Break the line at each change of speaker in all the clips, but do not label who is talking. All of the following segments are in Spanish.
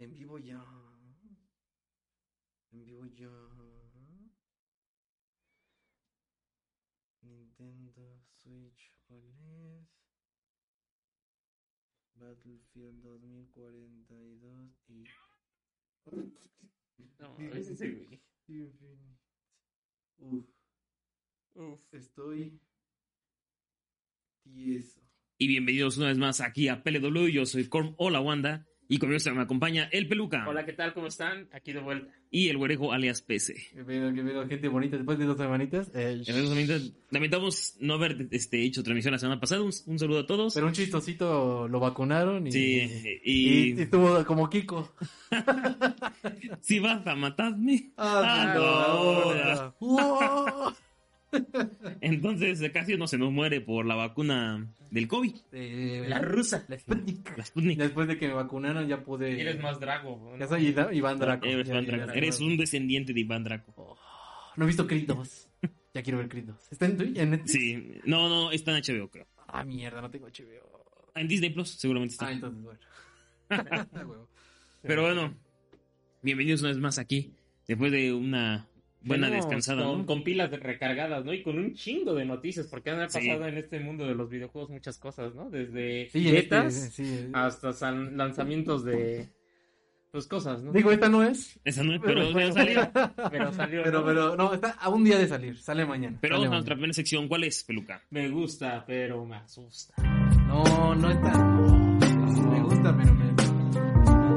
En vivo ya. En vivo ya. Nintendo Switch OLED. Battlefield 2042 y
No, es ese güey.
Infinite. Uf,
Uf.
estoy tieso.
Y bienvenidos una vez más aquí a PLW. Yo soy Corm Hola Wanda. Y conmigo se me acompaña el Peluca.
Hola, ¿qué tal? ¿Cómo están? Aquí de vuelta.
Y el Güerejo alias PC.
Que veo, que veo gente bonita después de dos semanitas. eh,
En esos momentos, Lamentamos no haber este, hecho transmisión la semana pasada. Un, un saludo a todos.
pero un chistosito lo vacunaron y,
sí,
y-
y,
y estuvo como Kiko.
si vas a matarme.
Ah,
Ah,
no, no.
Entonces casi no se nos muere por la vacuna del COVID.
Eh,
La rusa.
la Sputnik.
La Sputnik.
Después de que me vacunaron ya pude...
Eres más drago. ¿no?
Ya soy Ida- Iván Draco.
Eres,
Ya-
Iván
ya-
Draco.
ya-
Eres un descendiente de Iván Draco.
Oh, no he visto Creed 2. Ya quiero ver Creed 2. ¿Está en Twitch? En Netflix?
Sí. No, no, está en HBO, creo.
Ah, mierda, no tengo HBO.
En Disney Plus seguramente está.
Ah, entonces, bueno. Ah, huevo.
Pero bueno, bienvenidos una vez más aquí. Después de una buena
Venimos
descansada,
Con,
¿no?
con pilas de- recargadas, ¿no? Y con un chingo de noticias, porque han
Sí.
pasado en este mundo de los videojuegos muchas cosas, ¿no? Desde
Sí, en este,
betas
sí.
Ah,
hasta san- lanzamientos de. Pues cosas, ¿no?
Digo, esta no es.
Esa no es, pero ya salió.
salió.
Pero salió.
Pero,
¿no?
pero, no, está a un día de salir. Sale mañana.
Pero
sale
vamos a nuestra
mañana.
primera sección. ¿Cuál es, Peluca?
Me gusta, pero me asusta.
No, no está. Me gusta, pero me.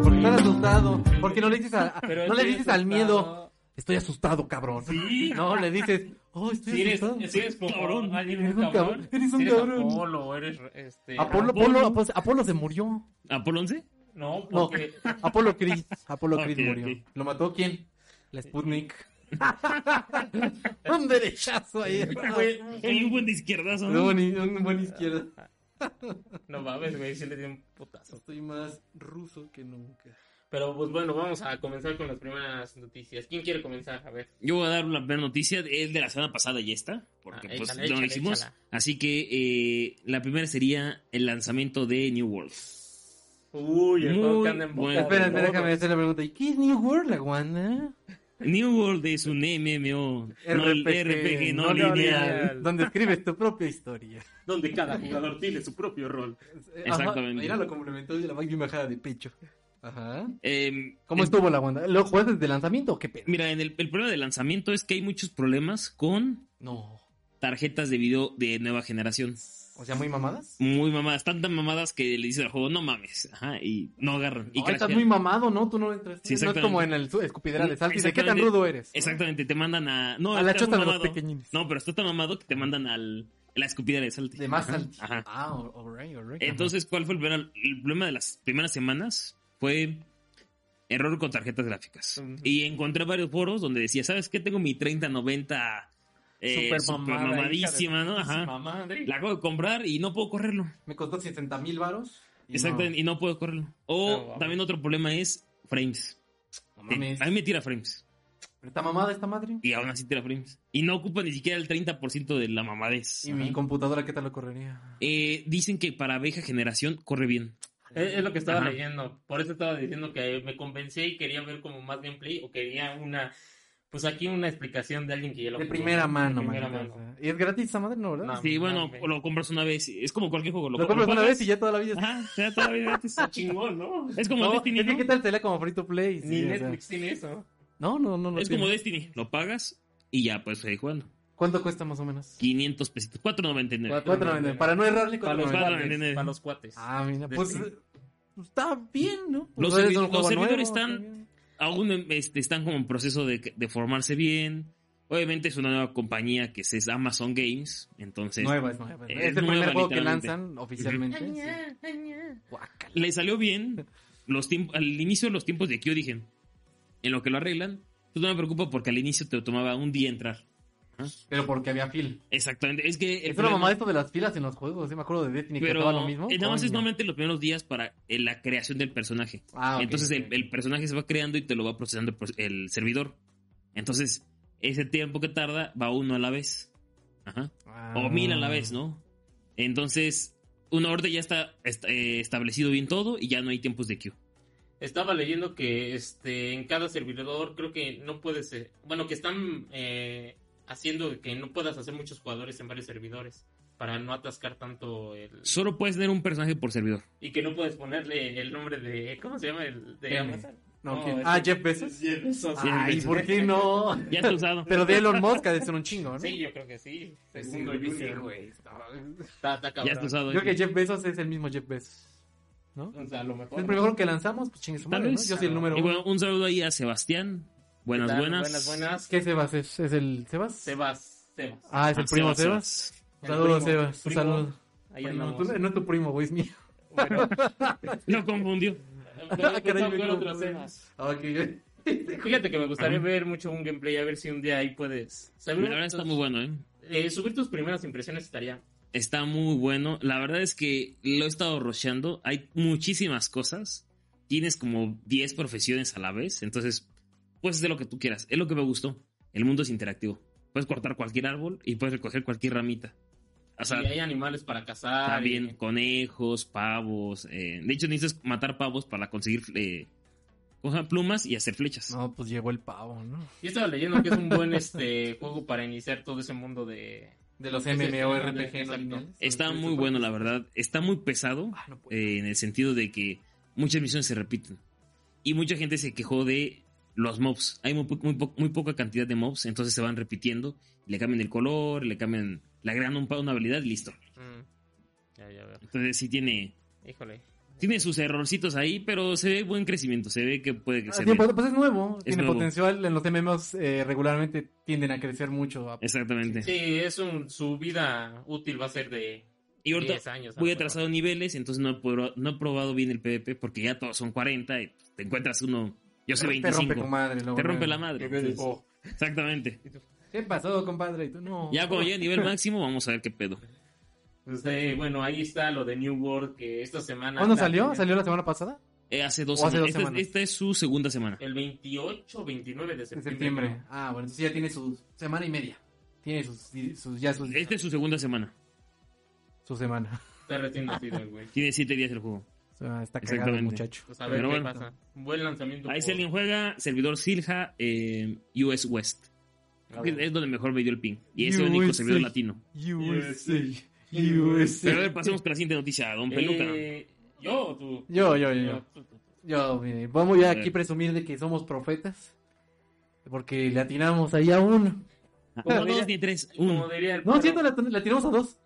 Porque estás asustado. Porque no le dices, a-
Pero
no le
estoy
dices al
asustado.
miedo. Estoy asustado, cabrón.
Sí.
No, le dices, oh, estoy
Si eres,
asustado.
si eres como
Cabrón.
alguien,
Eres un cabrón. Eres un
si
cabrón.
Apolo, eres este.
Apolo, Apolo, Apolo, Apolo se murió.
¿Apolo 11?
No,
No,
porque.
Apolo Creed. Apolo Creed
Ok,
murió.
ok.
¿Lo mató quién? La Sputnik. un derechazo ahí.
Güey,
Hay un buen de izquierdazo,
Un
¿no?
buen, un buen izquierdo.
No mames, güey, sí le dio un putazo.
Estoy más ruso que nunca.
Pero pues bueno, vamos a comenzar con las primeras noticias. ¿Quién quiere comenzar? A ver.
Yo voy a dar una primera noticia. Es de la semana pasada y esta. Porque
Ah,
pues
échale,
no lo
échale,
hicimos.
échala.
Así que eh, la primera sería el lanzamiento de New World.
Uy, el
Muy
juego que anda en boca.
bueno.
de
Espera,
Espera,
todos.
espera, déjame hacer la pregunta. ¿Y qué es New World, la Wanda?
New World es un MMO. No, RPG no,
no
lineal.
lineal.
Donde escribes tu propia historia.
Donde cada jugador tiene su propio rol.
Exactamente.
Ajá, Mira, lo complementó de la máquina bajada de pecho. Ajá.
Eh,
¿Cómo estuvo la Wanda? ¿Lo jugaste desde lanzamiento o qué pedo?
Mira, en el, el problema de lanzamiento es que hay muchos problemas con
No.
tarjetas de video de nueva generación.
O sea, muy mamadas.
Muy mamadas, tan tan mamadas que le dice al juego, no mames. Ajá, y no agarran. Y
Ay, estás
crashean.
muy mamado, ¿no? Tú no entras.
Sí,
no es
exactamente.
como en el su- escupidera de salsa. ¿De qué tan
Exactamente.
rudo eres? ¿no?
Exactamente, te mandan a. No,
A la
estás
chota de
muy
los
mamado.
pequeñines.
No, pero está tan mamado que te mandan al. La escupidera de salte.
De más
Ajá,
salti.
ajá.
Ah, alright, alright.
Entonces, ¿cuál fue el, primer- el problema de las primeras semanas? Fue error con tarjetas gráficas.
Ujú.
Y encontré varios foros donde decía, ¿sabes qué? Tengo mi 3090 eh,
Super
super
mamada,
mamadísima,
hija de
¿no?
putísima
Ajá.
madre.
La acabo de comprar y no puedo correrlo.
me costó 70 mil varos. y
Exactamente, y no puedo correrlo. O
Ah, wow.
también otro problema es frames.
No, no mames.
A mí me tira frames.
Pero está mamada esta madre.
Y aún así tira frames. Y no ocupa ni siquiera el 30% de la mamadez.
¿Y mi computadora qué tal lo correría?
Eh, dicen que para vieja generación corre bien.
Es, es lo que estaba
Ajá.
leyendo. Por eso estaba diciendo que me convencí y quería ver como más gameplay o quería una. Pues aquí una explicación de alguien que ya lo
De
jugó.
primera mano,
De primera
manito,
mano.
o sea. Y es gratis esa madre, ¿no? ¿Verdad?
Ah, No.
Sí, bueno,
mames.
lo compras una vez. Es como cualquier juego.
Lo,
co-
compras una
pagas.
vez y ya toda la vida es...
Ajá, ya todavía antes.
Está chingón, ¿no?
Es como
No,
Destiny,
es que
¿no?
qué tal sería como free to play.
Ni
Sí, o sea,
Netflix tiene eso.
No, no, no. no
Es
tiene.
como Destiny. Lo pagas y ya puedes seguir jugando.
¿Cuánto cuesta más o menos?
500 pesitos. 4.99.
Cuatro.
4.99. Para no errarle,
Para los
4.99.
cuatro
cuates.
nenes.
Para los cuates.
Ah, mira,
De
pues
Steam.
eh, está bien, ¿no? Pues
Los
es un
servi- los
juego
servidores
nuevo,
están-
está bien.
Aún este, están como en proceso de, de formarse bien. Obviamente es una nueva compañía que es Amazon Games. Entonces,
Nueva, es nueva.
es
Es el
nueva,
primer juego que
literalmente.
lanzan oficialmente. sí. Guácala.
le salió bien. los tiemp- al inicio los tiempos de Kyo dije, en lo que lo arreglan, pues no me preocupo porque al inicio te tomaba un día entrar.
Pero porque había fil.
Exactamente, es que... el
Es una
problema-
mamá esto de las filas en los juegos. Sí, me acuerdo de Destiny que
pero
estaba lo mismo.
eh, nada más es
Coño.
normalmente los primeros días para eh, la creación del personaje.
Ah, ok,
Entonces el,
ok.
el personaje se va creando y te lo va procesando el, pro- el servidor. Entonces, ese tiempo que tarda va uno a la vez. Ajá.
Ah.
O mil a la vez, ¿no? Entonces, una orden ya está, est- eh, establecido bien todo y ya no hay tiempos de queue.
Estaba leyendo que este en cada servidor creo que no puedes, eh, bueno, que están eh, haciendo que no puedas hacer muchos jugadores en varios servidores para no atascar tanto el
Solo puedes tener un personaje por servidor.
y que no puedes ponerle el nombre de ¿cómo se llama el de
M.
Amazon?
No,
No,
¿quién?
es-
este-
Ah, Jeff Bezos.
Sí, eso sí.
Ay, ¿por qué no?
Ya está usado.
Pero de Elon Musk ha de ser un chingo, ¿no?
Sí, yo creo que sí. Segundo
yo
Junior.
sé, güey. No.
Está, está
ya está
cabrón.
usado.
Yo creo que Jeff Bezos es el mismo Jeff Bezos. ¿No?
O sea, a lo mejor.
El primer juego que lanzamos, pues chingue su
Tal
madre, ¿no?
vez.
Yo soy el número
Y bueno,
uno.
un saludo ahí a Sebastián.
¿Qué
Buenas,
tal?
buenas.
Buenas, buenas.
¿Qué Sebas es? ¿Es el Sebas?
Sebas, Sebas.
Ah, es el
Ah,
primo
Sebas,
Sebas.
Sebas.
El
Saludos,
primo,
Sebas. Un
primo.
saludo.
Ahí
Primo,
andamos.
tú- no es tu primo, güey, es mío.
Bueno,
Lo confundió.
pensaba que
Caray, me
era otro
confundí.
Sebas.
Ah, ok.
Fíjate que me gustaría
Ajá.
ver mucho un gameplay, a ver si un día ahí puedes.
La
¿Sabes?
verdad está muy bueno, ¿eh?
Eh, subir tus primeras impresiones estaría.
Está muy bueno. La verdad es que lo he estado rocheando. Hay muchísimas cosas. Tienes como 10 profesiones a la vez. Entonces, puedes hacer lo que tú quieras. Es lo que me gustó. El mundo es interactivo. Puedes cortar cualquier árbol y puedes recoger cualquier ramita. O sea,
y hay animales para cazar.
también
y-
conejos, pavos. eh, de hecho, necesitas matar pavos para conseguir eh, coja plumas y hacer flechas.
No, pues llegó el pavo, ¿no?
Yo estaba leyendo que es un buen este juego para iniciar todo ese mundo de.
De los
MMORPG no lineales.
Está muy bueno, la verdad. Está muy pesado.
Ah, no puedo.
eh, en el sentido de que muchas misiones se repiten. Y mucha gente se quejó de los mobs. Hay muy, po- muy po- muy poca cantidad de mobs, entonces se van repitiendo. Le cambian el color, le cambian, le agregan un, pa- una habilidad y listo.
Mm. Ya, ya veo.
Entonces sí tiene,
Híjole.
tiene sus errorcitos ahí, pero se ve buen crecimiento. Se ve que puede
Ah,
crecer.
sí,
bien.
pues, pues es nuevo, tiene
nuevo.
potencial. En los MMOs eh, regularmente tienden a crecer mucho. a-
Exactamente.
Sí, es un, su vida útil va a ser de
Y ahorita
10 años. a
voy
lo mejor.
atrasado niveles, entonces no he, probado, no he probado bien el PvP porque ya todos son 40 y te encuentras uno. Yo soy
Te rompe tu
25.
madre. luego,
Te rompe
luego.
la madre. oh. Entonces, exactamente.
¿Qué pasó, compadre? Y tú, no.
Ya cuando llegue a nivel máximo, vamos a ver qué pedo.
Pues, eh, bueno, ahí está lo de New World que esta semana.
¿Cuándo
está
salió?
teniendo-
¿Salió la semana pasada?
Eh, hace dos
O hace
semanas.
dos
Esta, es-
semanas. Eh,
esta es su segunda semana.
El 28 29 de
En
septiembre.
septiembre. Ah, bueno, entonces ya tiene su semana y media. Tiene sus, sus ya sus,
Esta es su segunda semana.
su semana.
Está recién nacido el güey.
Tiene siete días el juego.
O sea, está cagado el
Exactamente.
muchacho.
Pues a ver
Pero
qué
bueno.
pasa. Buen lanzamiento.
Ahí
pues.
por-
si alguien juega, servidor Silja, eh, US West.
A
Ah,
Creo que
ver.
Es donde mejor me dio el ping. Y es el único
USA.
servidor latino.
USA.
Pero a
USA.
ver, pasemos con la siguiente noticia. Don Peluca.
Eh, ¿Yo o tú?
Yo, yo, yo, yo.
tú, tú, tú.
Yo, mire, vamos ya
A ver.
aquí presumir de que somos profetas. Porque le atinamos ahí a uno.
No
diría-
dos ni tres.
Como
Uno.
diría el
No,
perro-
siento, le atin- le atinamos a dos.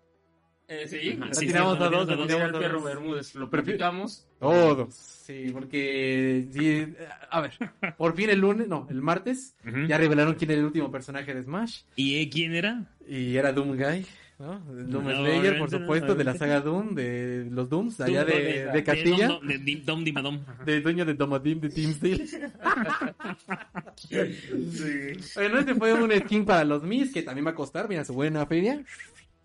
eh, sí,
Ajá,
como
Le
sí,
atinamos
sí,
a
le
dos, le
atinamos
diría el
atinamos a
perro
dos.
Bermúdez. Lo platicamos.
Todos. Sí, porque. sí, a ver, por fin el lunes, no, el martes,
Ujú.
ya revelaron quién era el último personaje de Smash.
¿Y eh, quién era?
Y era Doom Guy, ¿no? Doom
No,
Slayer, por
obviamente no,
supuesto, de la
obviamente.
saga Doom, de los Dooms, de allá
Doom,
de,
Doom,
de Castilla,
Dom, Dom- de Di- Dom Di Madom.
de dueño de Domadim de Team Steel. Bueno, este fue un skin para los Mis, que también va a costar, mira, su buena feria.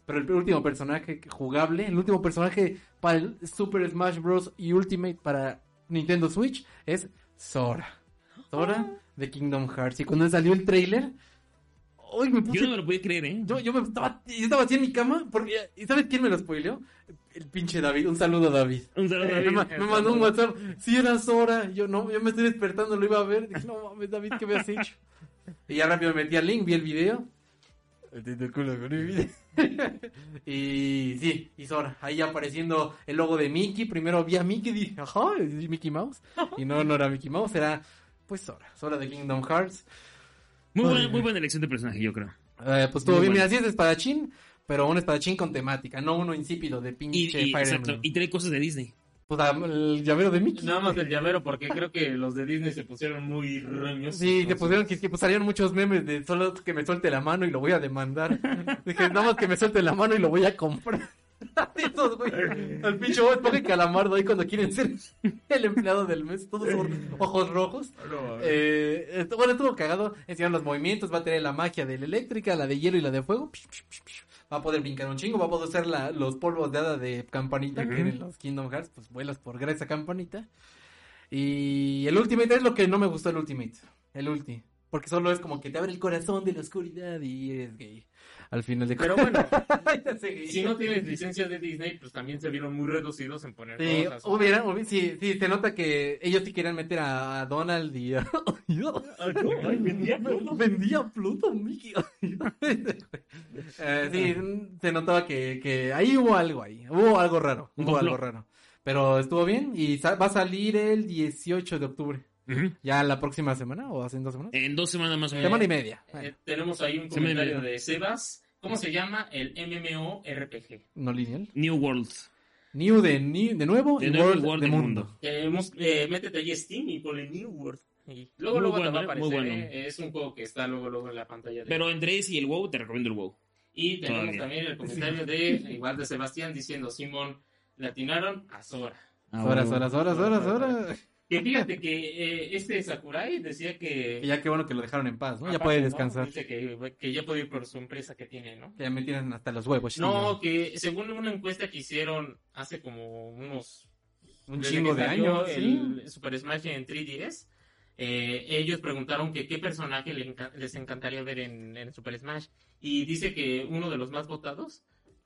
Pero el último personaje jugable, el último personaje para el Super Smash Bros. y Ultimate para Nintendo Switch es Sora. Sora de Kingdom Hearts. Y cuando salió el trailer, ¡ay, me puse
Yo no me lo podía creer, ¿eh?
yo, yo me estaba, yo estaba así en mi cama, porque, ¿y sabes quién me lo spoileó? El pinche David, un saludo David.
Un saludo
Eh,
a
me, ma-
David.
me mandó un WhatsApp, si eras hora, yo no, yo me estoy despertando, lo iba a ver, dije, no mames David, ¿qué me has hecho? Y ya rápido me metí al link, vi el video. El dedo del culo con el video. y sí, y Sora, ahí apareciendo el logo de Mickey, primero vi a Mickey, dije, ajá, es Mickey Mouse, y no, no era Mickey Mouse, era, pues Sora, Sora de Kingdom Hearts,
Muy buena, muy buena elección de personaje, yo creo.
eh, pues todo
Muy
bien,
bueno.
mira, sí es espadachín, pero un espadachín con temática, no uno insípido de
Y,
pinche
y-
Fire
exacto,
Emblem.
y trae cosas de Disney.
Pues, ah, el llavero de Mickey.
Nada más el llavero, porque creo que los de Disney se pusieron muy roños.
Sí, que pusieron que, que pues, salieron muchos memes de solo que me suelte la mano y lo voy a demandar. Dije, nada más que me suelte la mano y lo voy a comprar. malditos, güey. Al pinche Bob Esponja y Calamardo ahí cuando quieren ser el empleado del mes. Todos con ojos rojos. Eh, esto- bueno, estuvo cagado. Enseñaron los movimientos. Va a tener la magia de la eléctrica, la de hielo y la de fuego. Pish, pish, pish, pish. Va a poder brincar un chingo. Va a poder usar la- los polvos de hada de campanita. Que en los Kingdom Hearts, pues vuelas por gracias a campanita. Y el Ultimate es lo que no me gustó el Ultimate. El Ulti. Porque solo es como que te abre el corazón de la oscuridad y eres gay. Al final de
Pero bueno,
cuentas.
si no tienes licencia de Disney, pues también se vieron muy reducidos en poner
Sí,
cosas.
hubiera, hubi- sí, sí, se nota que ellos sí querían meter a, a Donald y a... vendía Pluto, Mickey. Eh, sí, se notaba que, que ahí hubo algo ahí, hubo algo raro,
Un
hubo
complot.
algo raro. Pero estuvo bien y sa- va a salir el 18 de octubre,
Ujú.
ya la próxima semana o hace dos semanas.
En dos semanas más o menos.
semana y media. Bueno,
Eh, tenemos ahí un
Se me
comentario
olvidó.
de Sebas. ¿Cómo se llama el MMORPG?
no lineal.
New World.
New de, ni- de nuevo
De
y
nuevo
World
World
de
del
mundo.
mundo.
Tenemos, eh, métete ahí a Steam y ponle New World. Y luego,
Muy
luego te
bueno,
va a
eh, muy
aparecer.
bueno.
eh. Es un juego que está luego, luego en la pantalla. De...
Pero entre ese y el WoW, te recomiendo el WoW.
y tenemos
todavía.
también el comentario de, igual de Sebastián, diciendo, Simón, latinaron a Sora.
Ah, Horas, horas, horas, horas, horas.
Que fíjate que eh, este Sakurai decía que...
Y ya qué bueno que lo dejaron en paz, ¿no? Ya
aparte,
puede
Ah, ¿no?
descansar.
Dice que, que ya puede ir por su empresa que tiene, ¿no?
Que ya me tienen hasta los huevos. chino.
No, que según una encuesta que hicieron hace como unos...
un
desde
chingo
que
de
salió
años.
El Super Smash en 3DS. eh, ellos preguntaron que qué personaje le enca- les encantaría ver en, en Super Smash. Y dice que uno de los más votados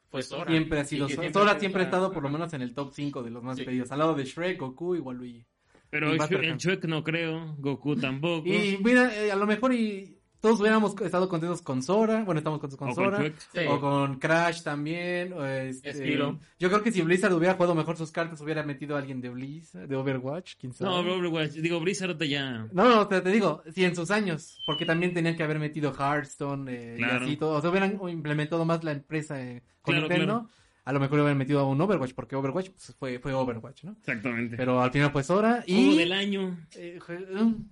fue
sí.
Sora.
Siempre ha sido
Y que
Sora.
siempre
Sora
fue
siempre ha
Sora.
estado por lo menos en el top 5 de los más
Sí.
pedidos. Al lado de Shrek, Goku y Waluigi.
Pero
Y
el,
Buster
el
Camp.
Shrek no creo, Goku tampoco.
Y mira, eh, a lo mejor y todos hubiéramos estado contentos con Sora. Bueno, estamos contentos con
O con
Sora.
Shrek.
Sí.
O con Crash también. o este,
Spyro.
Yo creo que si Blizzard hubiera jugado mejor sus cartas, hubiera metido a alguien de Blizzard, de Overwatch, quién sabe.
No, Overwatch. Digo, Blizzard ahorita ya.
No, no, te, te digo, sí, en sus años, porque también tenían que haber metido Hearthstone eh,
Claro.
y así todo. O sea, hubieran implementado más la empresa eh, con
Claro,
Nintendo.
claro.
A lo mejor hubieran metido a un Overwatch, porque Overwatch pues, fue, fue Overwatch, ¿no?
Exactamente.
Pero al final fue Sora
Uh,
Juego del
y...
año.
eh, jue- um.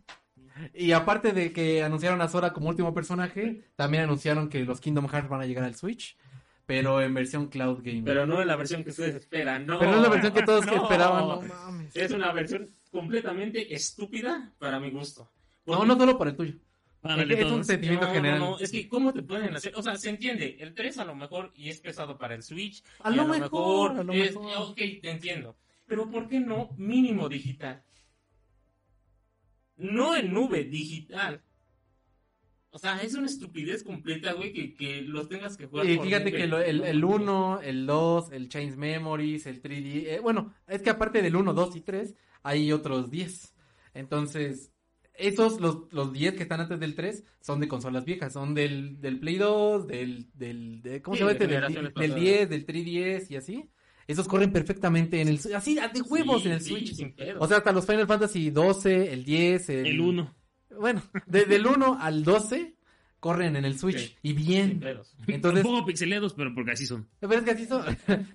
y aparte de que anunciaron a Sora como último personaje, también anunciaron que los Kingdom Hearts van a llegar al Switch, pero en versión Cloud Gaming. Pero,
Pero no es la versión que ustedes esperan, no.
no es la versión que todos
No. Eh,
esperaban, no mames.
Es una versión completamente estúpida para mi gusto.
No, no solo para el tuyo.
Ándale,
es un
todos.
sentimiento
No,
general.
no, no, es que ¿cómo te pueden hacer? O sea, se entiende, el 3 a lo mejor y es pesado para el Switch.
A
y
lo mejor, a lo
es-
mejor.
Ok, te entiendo. Pero ¿por qué no mínimo digital? No en nube, digital. O sea, es una estupidez completa, güey, que, que los tengas que jugar.
Y
por
fíjate
nube.
que lo- el, el 1, el 2, el Chains Memories, el 3D. eh, bueno, es que aparte del 1, 2 y 3, hay otros 10. Entonces, esos, los, los 10 que están antes del 3, son de consolas viejas. Son del, del Play 2, del. del de- ¿Cómo se
Sí,
llama
de
este? Del,
generaciones
del
pasadas.
10, del 3DS y así. Esos corren perfectamente en el. Switch, Así, de huevos
Sí,
en el
sí,
Switch.
sin pedo.
O sea, hasta los Final Fantasy 12, el 10, el.
El 1.
Bueno, desde el 1 al 12, corren en el Switch.
Sí.
Y
sin
bien.
pedos.
Entonces,
Un poco pixelados, pero porque así son.
pero es que así son.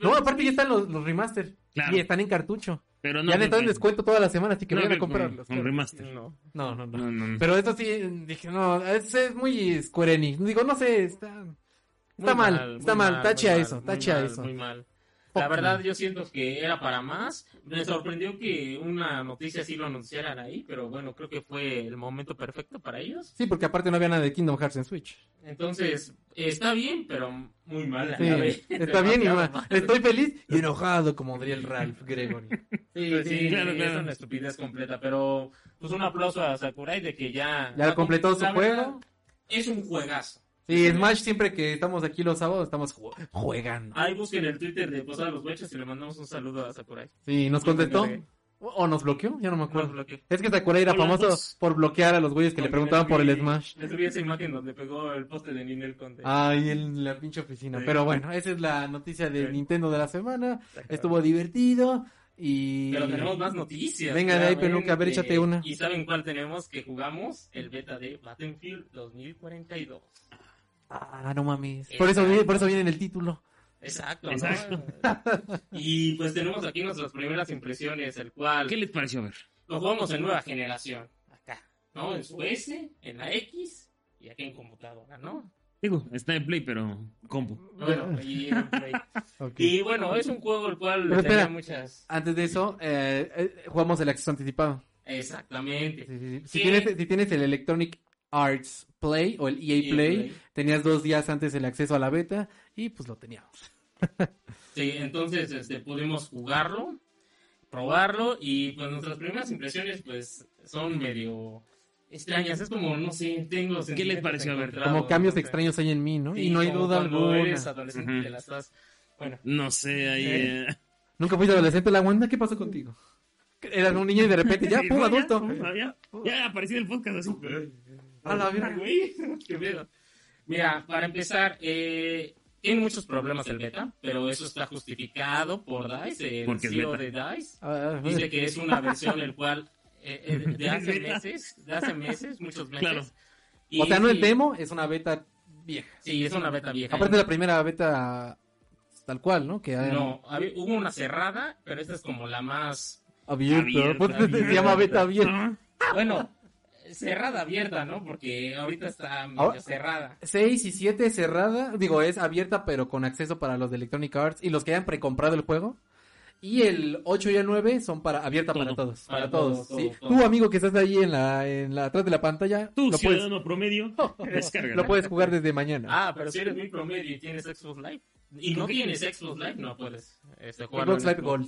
No, aparte ya están los, los remaster.
Claro.
Y están en cartucho.
Pero no.
ya le
creo
están en
que-
descuento toda la semana, así que
no
vayan a
creo con-
comprarlos.
Con,
claro.
remaster. Mm.
No.
No, no, no.
No, no, no.
Pero esto sí, dije, no, es, es muy Square Enix. Digo, no sé, está...
Muy
Está mal, está
muy
mal,
muy
tache a
mal,
eso,
muy
tache a
mal,
eso.
Muy mal. La verdad, yo siento que era para más. Me sorprendió que una noticia así lo anunciaran ahí, pero bueno, creo que fue el momento perfecto para ellos.
Sí, porque aparte no había nada de Kingdom Hearts en Switch.
Entonces, está bien, pero muy mal. a
Sí,
la vez.
está bien y
Demasiado
mal.
mal.
Estoy feliz y enojado, como diría el Ralph Gregory.
Sí, sí,
sí, claro,
es
claro.
una estupidez completa, pero pues un aplauso a Sakurai de que ya...
Ya completó su
la verdad,
juego.
Es un juegazo.
Sí, Smash siempre que estamos aquí los sábados estamos jue- juegando.
Ahí busquen el Twitter de Posada los Huechos y le mandamos un saludo a Sakurai.
Sí, nos contestó.
Sí.
O- O nos bloqueó, ya no me
Por
acuerdo.
lo que-
Es que Sakurai era
Hola,
famoso
dos.
por bloquear a los güeyes que le
Porque
preguntaban
le
por el
subí-
Smash.
Le subí esa imagen donde pegó el poste de Ninel Conde.
Ay, en la pinche oficina.
Sí.
Pero bueno, esa es la noticia de
Sí.
Nintendo de la semana. Estuvo divertido y...
Pero tenemos más noticias.
Venga de ahí,
claramente.
Peluca, a ver, échate una.
¿Y saben cuál tenemos que jugamos? El beta de Battlefield 2042.
Ah, no mames. Por eso, viene- por eso viene en el título.
Exacto, ¿no?
Exacto.
Y pues tenemos aquí nuestras primeras impresiones, el cual
¿Qué les pareció? A ver.
lo jugamos en nueva generación. Acá, ¿no? En su S, en la X y aquí en computadora, ¿no?
Digo, está en Play, pero
Mm.
combo.
Bueno, y,
Ok.
y bueno, es un juego el cual
Pero
tenía
espera.
muchas.
Antes de eso, eh, eh, jugamos el acceso anticipado.
Exactamente.
Sí, sí, sí. Si,
¿Qué?
tienes, si tienes el Electronic Arts Play o el EA
EA
Play,
E Play.
tenías dos días antes el acceso a la beta y pues lo teníamos.
Sí, entonces este, pudimos jugarlo, probarlo y pues nuestras primeras impresiones pues son medio extrañas. Es como, no sé, tengo
¿Qué les pareció? A ver,
Como cambios
extraños
extraños hay en mí, ¿no?
Sí,
y no hay
como
duda
cuando
alguna.
eres adolescente
Ujú.
te la estás- Bueno,
No sé, ahí.
Eh.
eh,
Nunca fuiste adolescente, la Wanda, ¿qué pasó contigo? Eras un niño y de repente ya,
sí,
pum,
no,
adulto.
Ya, ya, ya apareció en el podcast así.
A la verga.
güey, qué pedo. Mira, para empezar, eh, tiene muchos problemas el beta, pero eso está justificado por DICE, el
Porque es
CEO
beta.
de DICE.
Ah,
Dice que es una versión el cual eh, eh, de hace meses, de hace meses, muchos meses.
Claro.
Y-
o sea, no el demo, es una beta vieja.
Sí, es una beta vieja.
Aparte de la primera beta tal cual, ¿no? Que hay-
No, hab- hubo una cerrada, pero esta es como la más.
abierta.
Abierta,
¿Por qué
abierta.
se llama beta abierta?
Ah,
Bueno, cerrada abierta, ¿no? Porque ahorita está medio
Ahora-
cerrada.
6 y 7 cerrada, digo, es abierta pero con acceso para los de Electronic Arts y los que hayan precomprado el juego. Y el 8 y el 9 son para abierta para
Todo.
todos, para,
Para
todos,
Ah, todo,
¿sí?
todo,
Tú
todo.
amigo que estás ahí en la en la atrás de la pantalla,
Tú,
lo puedes
ciudadano promedio, descarga.
lo puedes jugar desde mañana.
Ah, pero si eres muy promedio y tienes Xbox Live. Y no tienes Xbox Live, no puedes este, jugarlo en
Xbox Live Gold.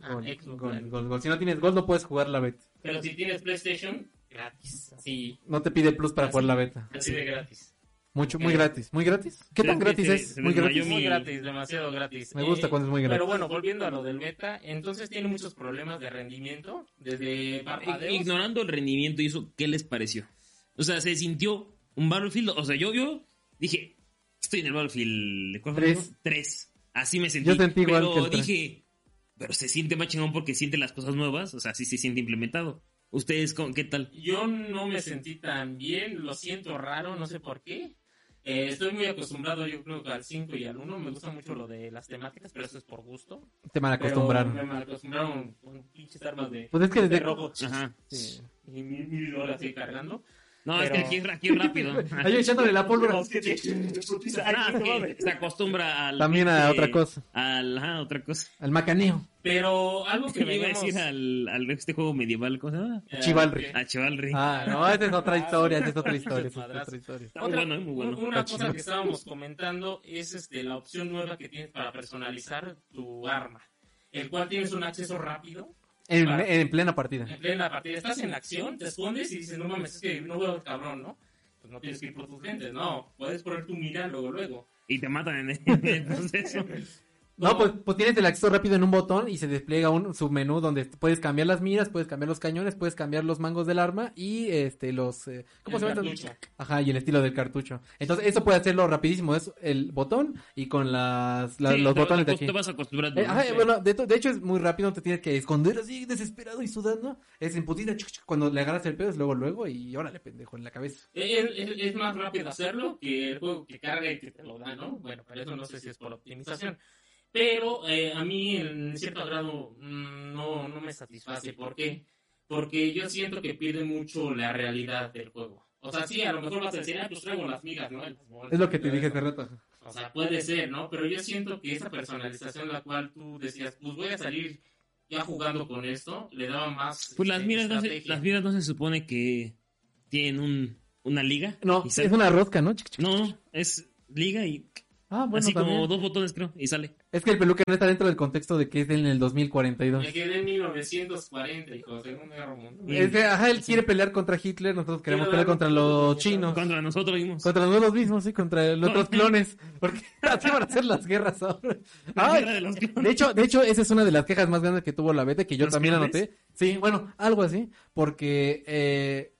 Ah,
Gold,
Xbox
Gold,
Live.
Gold, Gold. Si no tienes Gold no puedes jugar la beta.
Pero si tienes PlayStation, gratis. Así,
No te pide plus
Ah,
para jugar la beta.
así de gratis.
Mucho
Ok.
muy gratis, muy gratis. ¿Qué
Se-
tan
se-
gratis
se-
es?
se
Muy
desmayó
Es
gratis.
Eh, muy
mi-
gratis, demasiado gratis. Eh,
Me gusta cuando es muy
Pero
gratis.
bueno, volviendo a lo del beta, entonces tiene muchos problemas de rendimiento. Desde parpadeos.
Ignorando el rendimiento y eso, ¿qué les pareció? O sea, ¿se sintió un Battlefield? O sea, yo, yo dije, estoy en el Battlefield ¿cuál fue el
Tres.
uno? Tres. Así me sentí.
Yo sentí igual
Pero
que el tres.
dije, pero se siente más chingón porque siente las cosas nuevas. O sea, sí se siente implementado. ¿Ustedes con, qué tal?
Yo no me sentí tan bien, lo siento raro, no sé por qué. Eh, estoy muy acostumbrado, yo creo que al 5 y al 1 me gusta mucho lo de las temáticas, pero eso es por gusto.
Te
Pero
malacostumbraron.
Me acostumbraron con pinches armas de,
Pues es que
de
desde
rojo
Ajá.
Sí.
y mil, mil horas ahí cargando.
No, es
Pero-
que aquí, aquí es rápido.
Ay, yo echándole la pólvora.
Ah, es que se acostumbra al.
También a
eh,
otra cosa,
Al, ajá, otra cosa.
al macaneo.
Pero algo que
Que me iba a
digamos,
decir al, al este juego medieval, ¿cómo se llama?
eh,
Chivalry.
que-
A Chivalry.
Ah, no, esa es otra historia, esa es otra historia. esa es
Madrazo.
otra historia.
Está muy
Otra-
bueno, eh, muy bueno.
Una
Está
cosa que estábamos comentando es este, la opción nueva que tienes para personalizar tu arma, el cual tienes un acceso rápido
En,
Para-
en plena partida.
en plena partida. Estás en la acción, te escondes y dices, no mames, es que no veo al cabrón, ¿no? Pues no tienes que ir por tus gentes, no, puedes poner tu mira luego, luego.
Y te matan en el, en el proceso.
No, pues, pues tienes el acceso rápido en un botón y se despliega un submenú donde puedes cambiar las miras, puedes cambiar los cañones, puedes cambiar los mangos del arma y este los eh, ¿cómo
El
se llama?
cartucho.
Ajá, y el estilo del cartucho. Entonces, eso puede hacerlo rapidísimo, es el botón y con las, la-
Sí,
los
te-
botones de
te,
aquí.
Te vas acostumbrando.
Eh,
¿no?
ajá,
Sí.
bueno, de, to- de hecho es muy rápido, no te tienes que esconder así desesperado y sudando. Es en putita, chuc, chuc, cuando le agarras el pedo es luego luego y órale, pendejo, en la cabeza.
Es, es- es más rápido hacerlo que el juego que carga y que te lo da, ¿no? Bueno, pero eso no sé si es por optimización. Pero eh, a mí, en cierto grado, mm, no, no me satisface. ¿Por qué? Porque yo siento que pierde mucho la realidad del juego. O sea, sí, a lo mejor vas a decir, ah, pues traigo las migas, ¿no? Las bolsas
Es lo
y
que te
todo
dije
eso.
hace rato.
O sea, puede ser, ¿no? Pero yo siento que esa personalización la cual tú decías, pues voy a salir ya jugando con esto, le daba más...
Pues las
este,
miras, no se,
estrategia.
las miras no se supone que tienen un, una liga.
No,
Y
es
sale-
una rosca, ¿no? Chuc, chuc.
no, no, es liga y
Ah, bueno,
así
también.
como dos botones, creo, y sale.
Es que el peluque no está dentro del contexto de que es en el
Me
2042.
quedé en 1940, hijo, Segunda Guerra Mundial.
Es que, ajá, él quiere pelear contra Hitler, nosotros queremos
Quiero
pelear
dar
contra
un-
los chinos.
Contra nosotros mismos.
Contra nosotros mismos, sí, contra los otros clones. Porque así van a ser las guerras ahora.
La
Ay,
guerra de los clones.
de hecho, de hecho, esa es una de las quejas más grandes que tuvo la beta, que yo
¿Los
también
clones?
anoté. Sí, bueno, algo así, porque eh,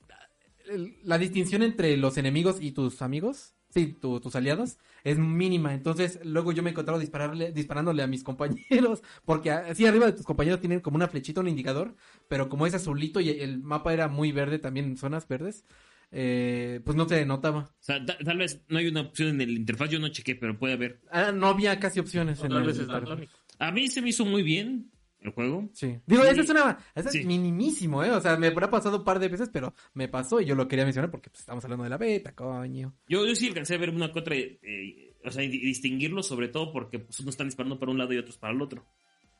el- la distinción entre los enemigos y tus amigos, sí, tu- tus aliados, es mínima. Entonces, luego yo me encontraba dispararle, disparándole a mis compañeros, porque así arriba de tus compañeros tienen como una flechita, un indicador, pero como es azulito y el mapa era muy verde, también zonas verdes, eh, pues no se notaba.
O sea, ta- tal vez no hay una opción en el interfaz, yo no chequé, pero puede haber.
Ah, no había casi opciones
O
en
tal
el
vez es
parque.
daltónico.
A mí se me hizo muy bien. el juego.
Sí. Digo, esa
Sí.
es una. esa es
Sí.
minimísimo, ¿eh? O sea, me habrá pasado un par de veces, pero me pasó y yo lo quería mencionar porque pues, estamos hablando de la beta, coño.
Yo, yo sí alcancé a ver una que otra, eh, o sea, y distinguirlo sobre todo porque pues, unos están disparando para un lado y otros para el otro.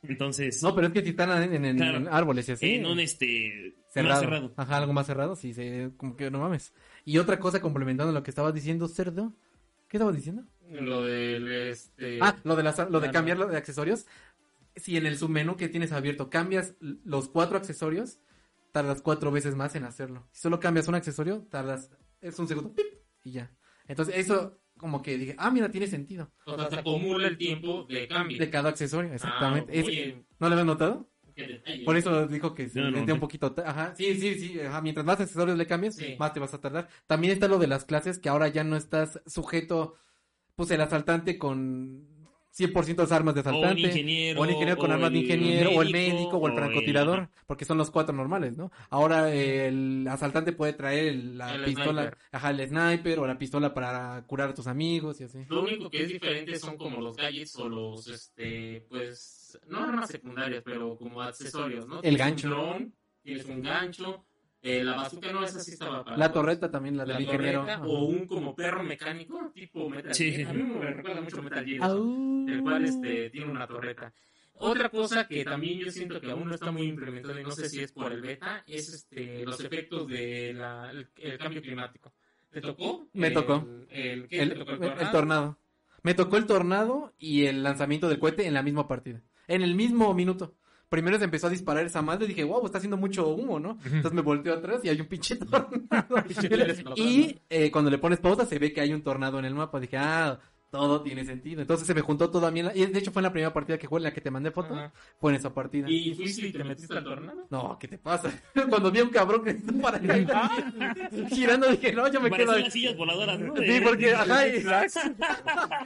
Entonces,
No, pero es que si están en, en- en
Claro.
árboles y así.
en un este
cerrado.
más cerrado.
Ajá, algo más cerrado, sí, se, como que no mames. Y otra cosa complementando lo que estabas diciendo, cerdo. ¿Qué estabas diciendo?
Lo del este.
Ah, lo de, las, lo de
claro.
cambiar lo de accesorios. Si en el submenú que tienes abierto cambias l- los cuatro accesorios, tardas cuatro veces más en hacerlo. Si solo cambias un accesorio, tardas. Es un segundo pip, y ya. Entonces, eso como que dije, ah, mira, tiene sentido.
o sea, se acumula el tiempo de cambio.
De cada accesorio, exactamente.
Ah,
Es-
oye,
¿No lo habías notado?
qué detalle.
Por eso dijo que se
No, no,
metía un
sí.
poquito. ta- Ajá, sí, sí, sí. ajá, Mientras más accesorios le cambies,
Sí.
más te vas a tardar. También está lo de las clases, que ahora ya no estás sujeto, pues el asaltante con 100% las armas de
O un
asaltante.
ingeniero.
O el ingeniero con
o
armas de
el
ingeniero, o el médico, o el francotirador,
ajá.
porque son los cuatro normales, ¿no? Ahora eh, el asaltante puede traer el- la
El
pistola,
sniper.
ajá, el sniper, o la pistola para curar a tus amigos y así.
Lo único que es diferente son como los gadgets o los, este, pues, no armas secundarias, pero como accesorios, ¿no?
El
Tienes
gancho.
Un dron, tienes un gancho, eh, la bazooka no es así, estaba para...
La torreta también, la,
la
del ingeniero. Ah.
torreta,
ajá.
o un como perro mecánico, tipo Metal
Sí.
Gear. A mí me recuerda mucho a Metal Gear.
Au.
el cual este, tiene una torreta. Otra cosa que también yo siento que aún no está muy implementada y no sé si es por el beta, es este, los efectos del cambio climático. ¿Te tocó?
Me
El-
tocó.
El, ¿qué
el,
te tocó? ¿El
el
tornado?
tornado. Me tocó el tornado y el lanzamiento del cohete en la misma partida. En el mismo minuto. Primero se empezó a disparar esa madre. Dije, wow, está haciendo mucho humo, ¿no? Entonces me volteo atrás y hay un pinche tornado. y eh, cuando le pones pausa se ve que hay un tornado en el mapa. Dije, ah, todo tiene sentido. Entonces se me juntó todo a mí. en la- Y de hecho fue en la primera partida que jugué, en la que te mandé foto.
Ajá.
Fue en esa partida.
¿Y fuiste y te metiste al tornado?
No, ¿qué te pasa? cuando vi a un cabrón que está para girando, dije, no, yo me
Parecen
quedo ahí.
las sillas voladoras, ¿no?
Sí, porque, ajá, y-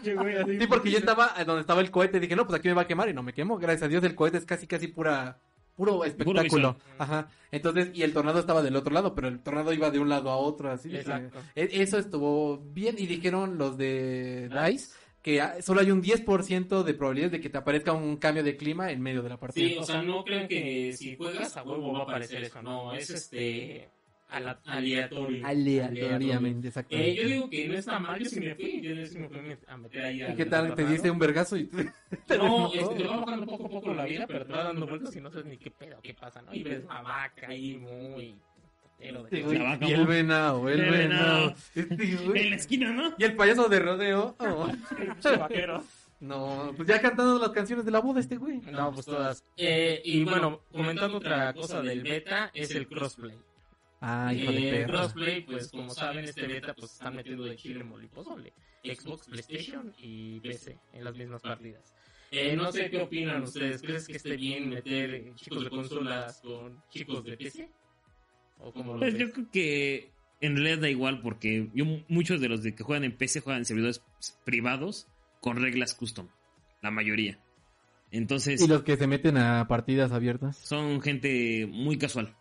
Sí,
Sí, porque yo estaba eh, donde estaba el cohete, dije, no, pues aquí me va a quemar y no me quemo. Gracias a Dios el cohete es casi, casi pura, puro espectáculo.
visual.
Ajá. Entonces, y el tornado estaba del otro lado, pero el tornado iba de un lado a otro, así. dije,
Exacto.
e- Eso estuvo bien y dijeron los de DICE que ah, solo hay un 10% de probabilidades de que te aparezca un cambio de clima en medio de la partida.
Sí, o sea, no crean que si juegas a huevo va a aparecer eso. No, es este ala- aleatorio. Aleatorio.
Aleatoriamente, exacto.
Eh, yo digo que no está mal, yo sí me fui, yo sí me fui a meter ahí
¿Y
al-
qué
al
tal? Te
tornado.
dice un vergazo y
No, este, te va bajando poco a poco la vida, pero te va dando vueltas y no sabes ni qué pedo, qué pasa, ¿no? Y ves la vaca ahí muy putero de-
Sí, güey.
La vaca,
y el
¿no?
venado, el,
El
venado.
venado.
Sí, güey.
En la esquina, ¿no?
Y el payaso de rodeo. oh.
vaquero.
No, pues ya cantando las canciones de la boda este güey.
No, pues todas. Eh, y bueno, comentando otra cosa del beta, es el crossplay.
Ah, hijo
Eh,
de
el
perro.
crossplay, pues como saben, este beta pues están metiendo de chile moliposole. Xbox, PlayStation y PC en las mismas partidas. Eh, no sé qué opinan ustedes. ¿Crees que esté bien meter eh, chicos de consolas con chicos de PC? ¿O como lo
Pues
ves?
yo creo que en realidad da igual porque yo, muchos de los de que juegan en PC juegan en servidores privados con reglas custom, la mayoría. Entonces
Y los que se meten a partidas abiertas.
son gente muy casual,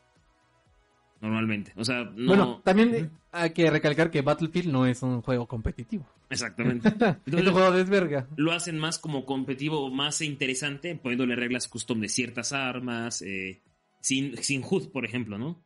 normalmente. O sea, no
Bueno, también eh, hay que recalcar que Battlefield no es un juego competitivo.
exactamente.
es un juego de verga.
Lo hacen más como competitivo, más interesante, poniéndole reglas custom de ciertas armas, eh, sin, sin HUD, por ejemplo, ¿no?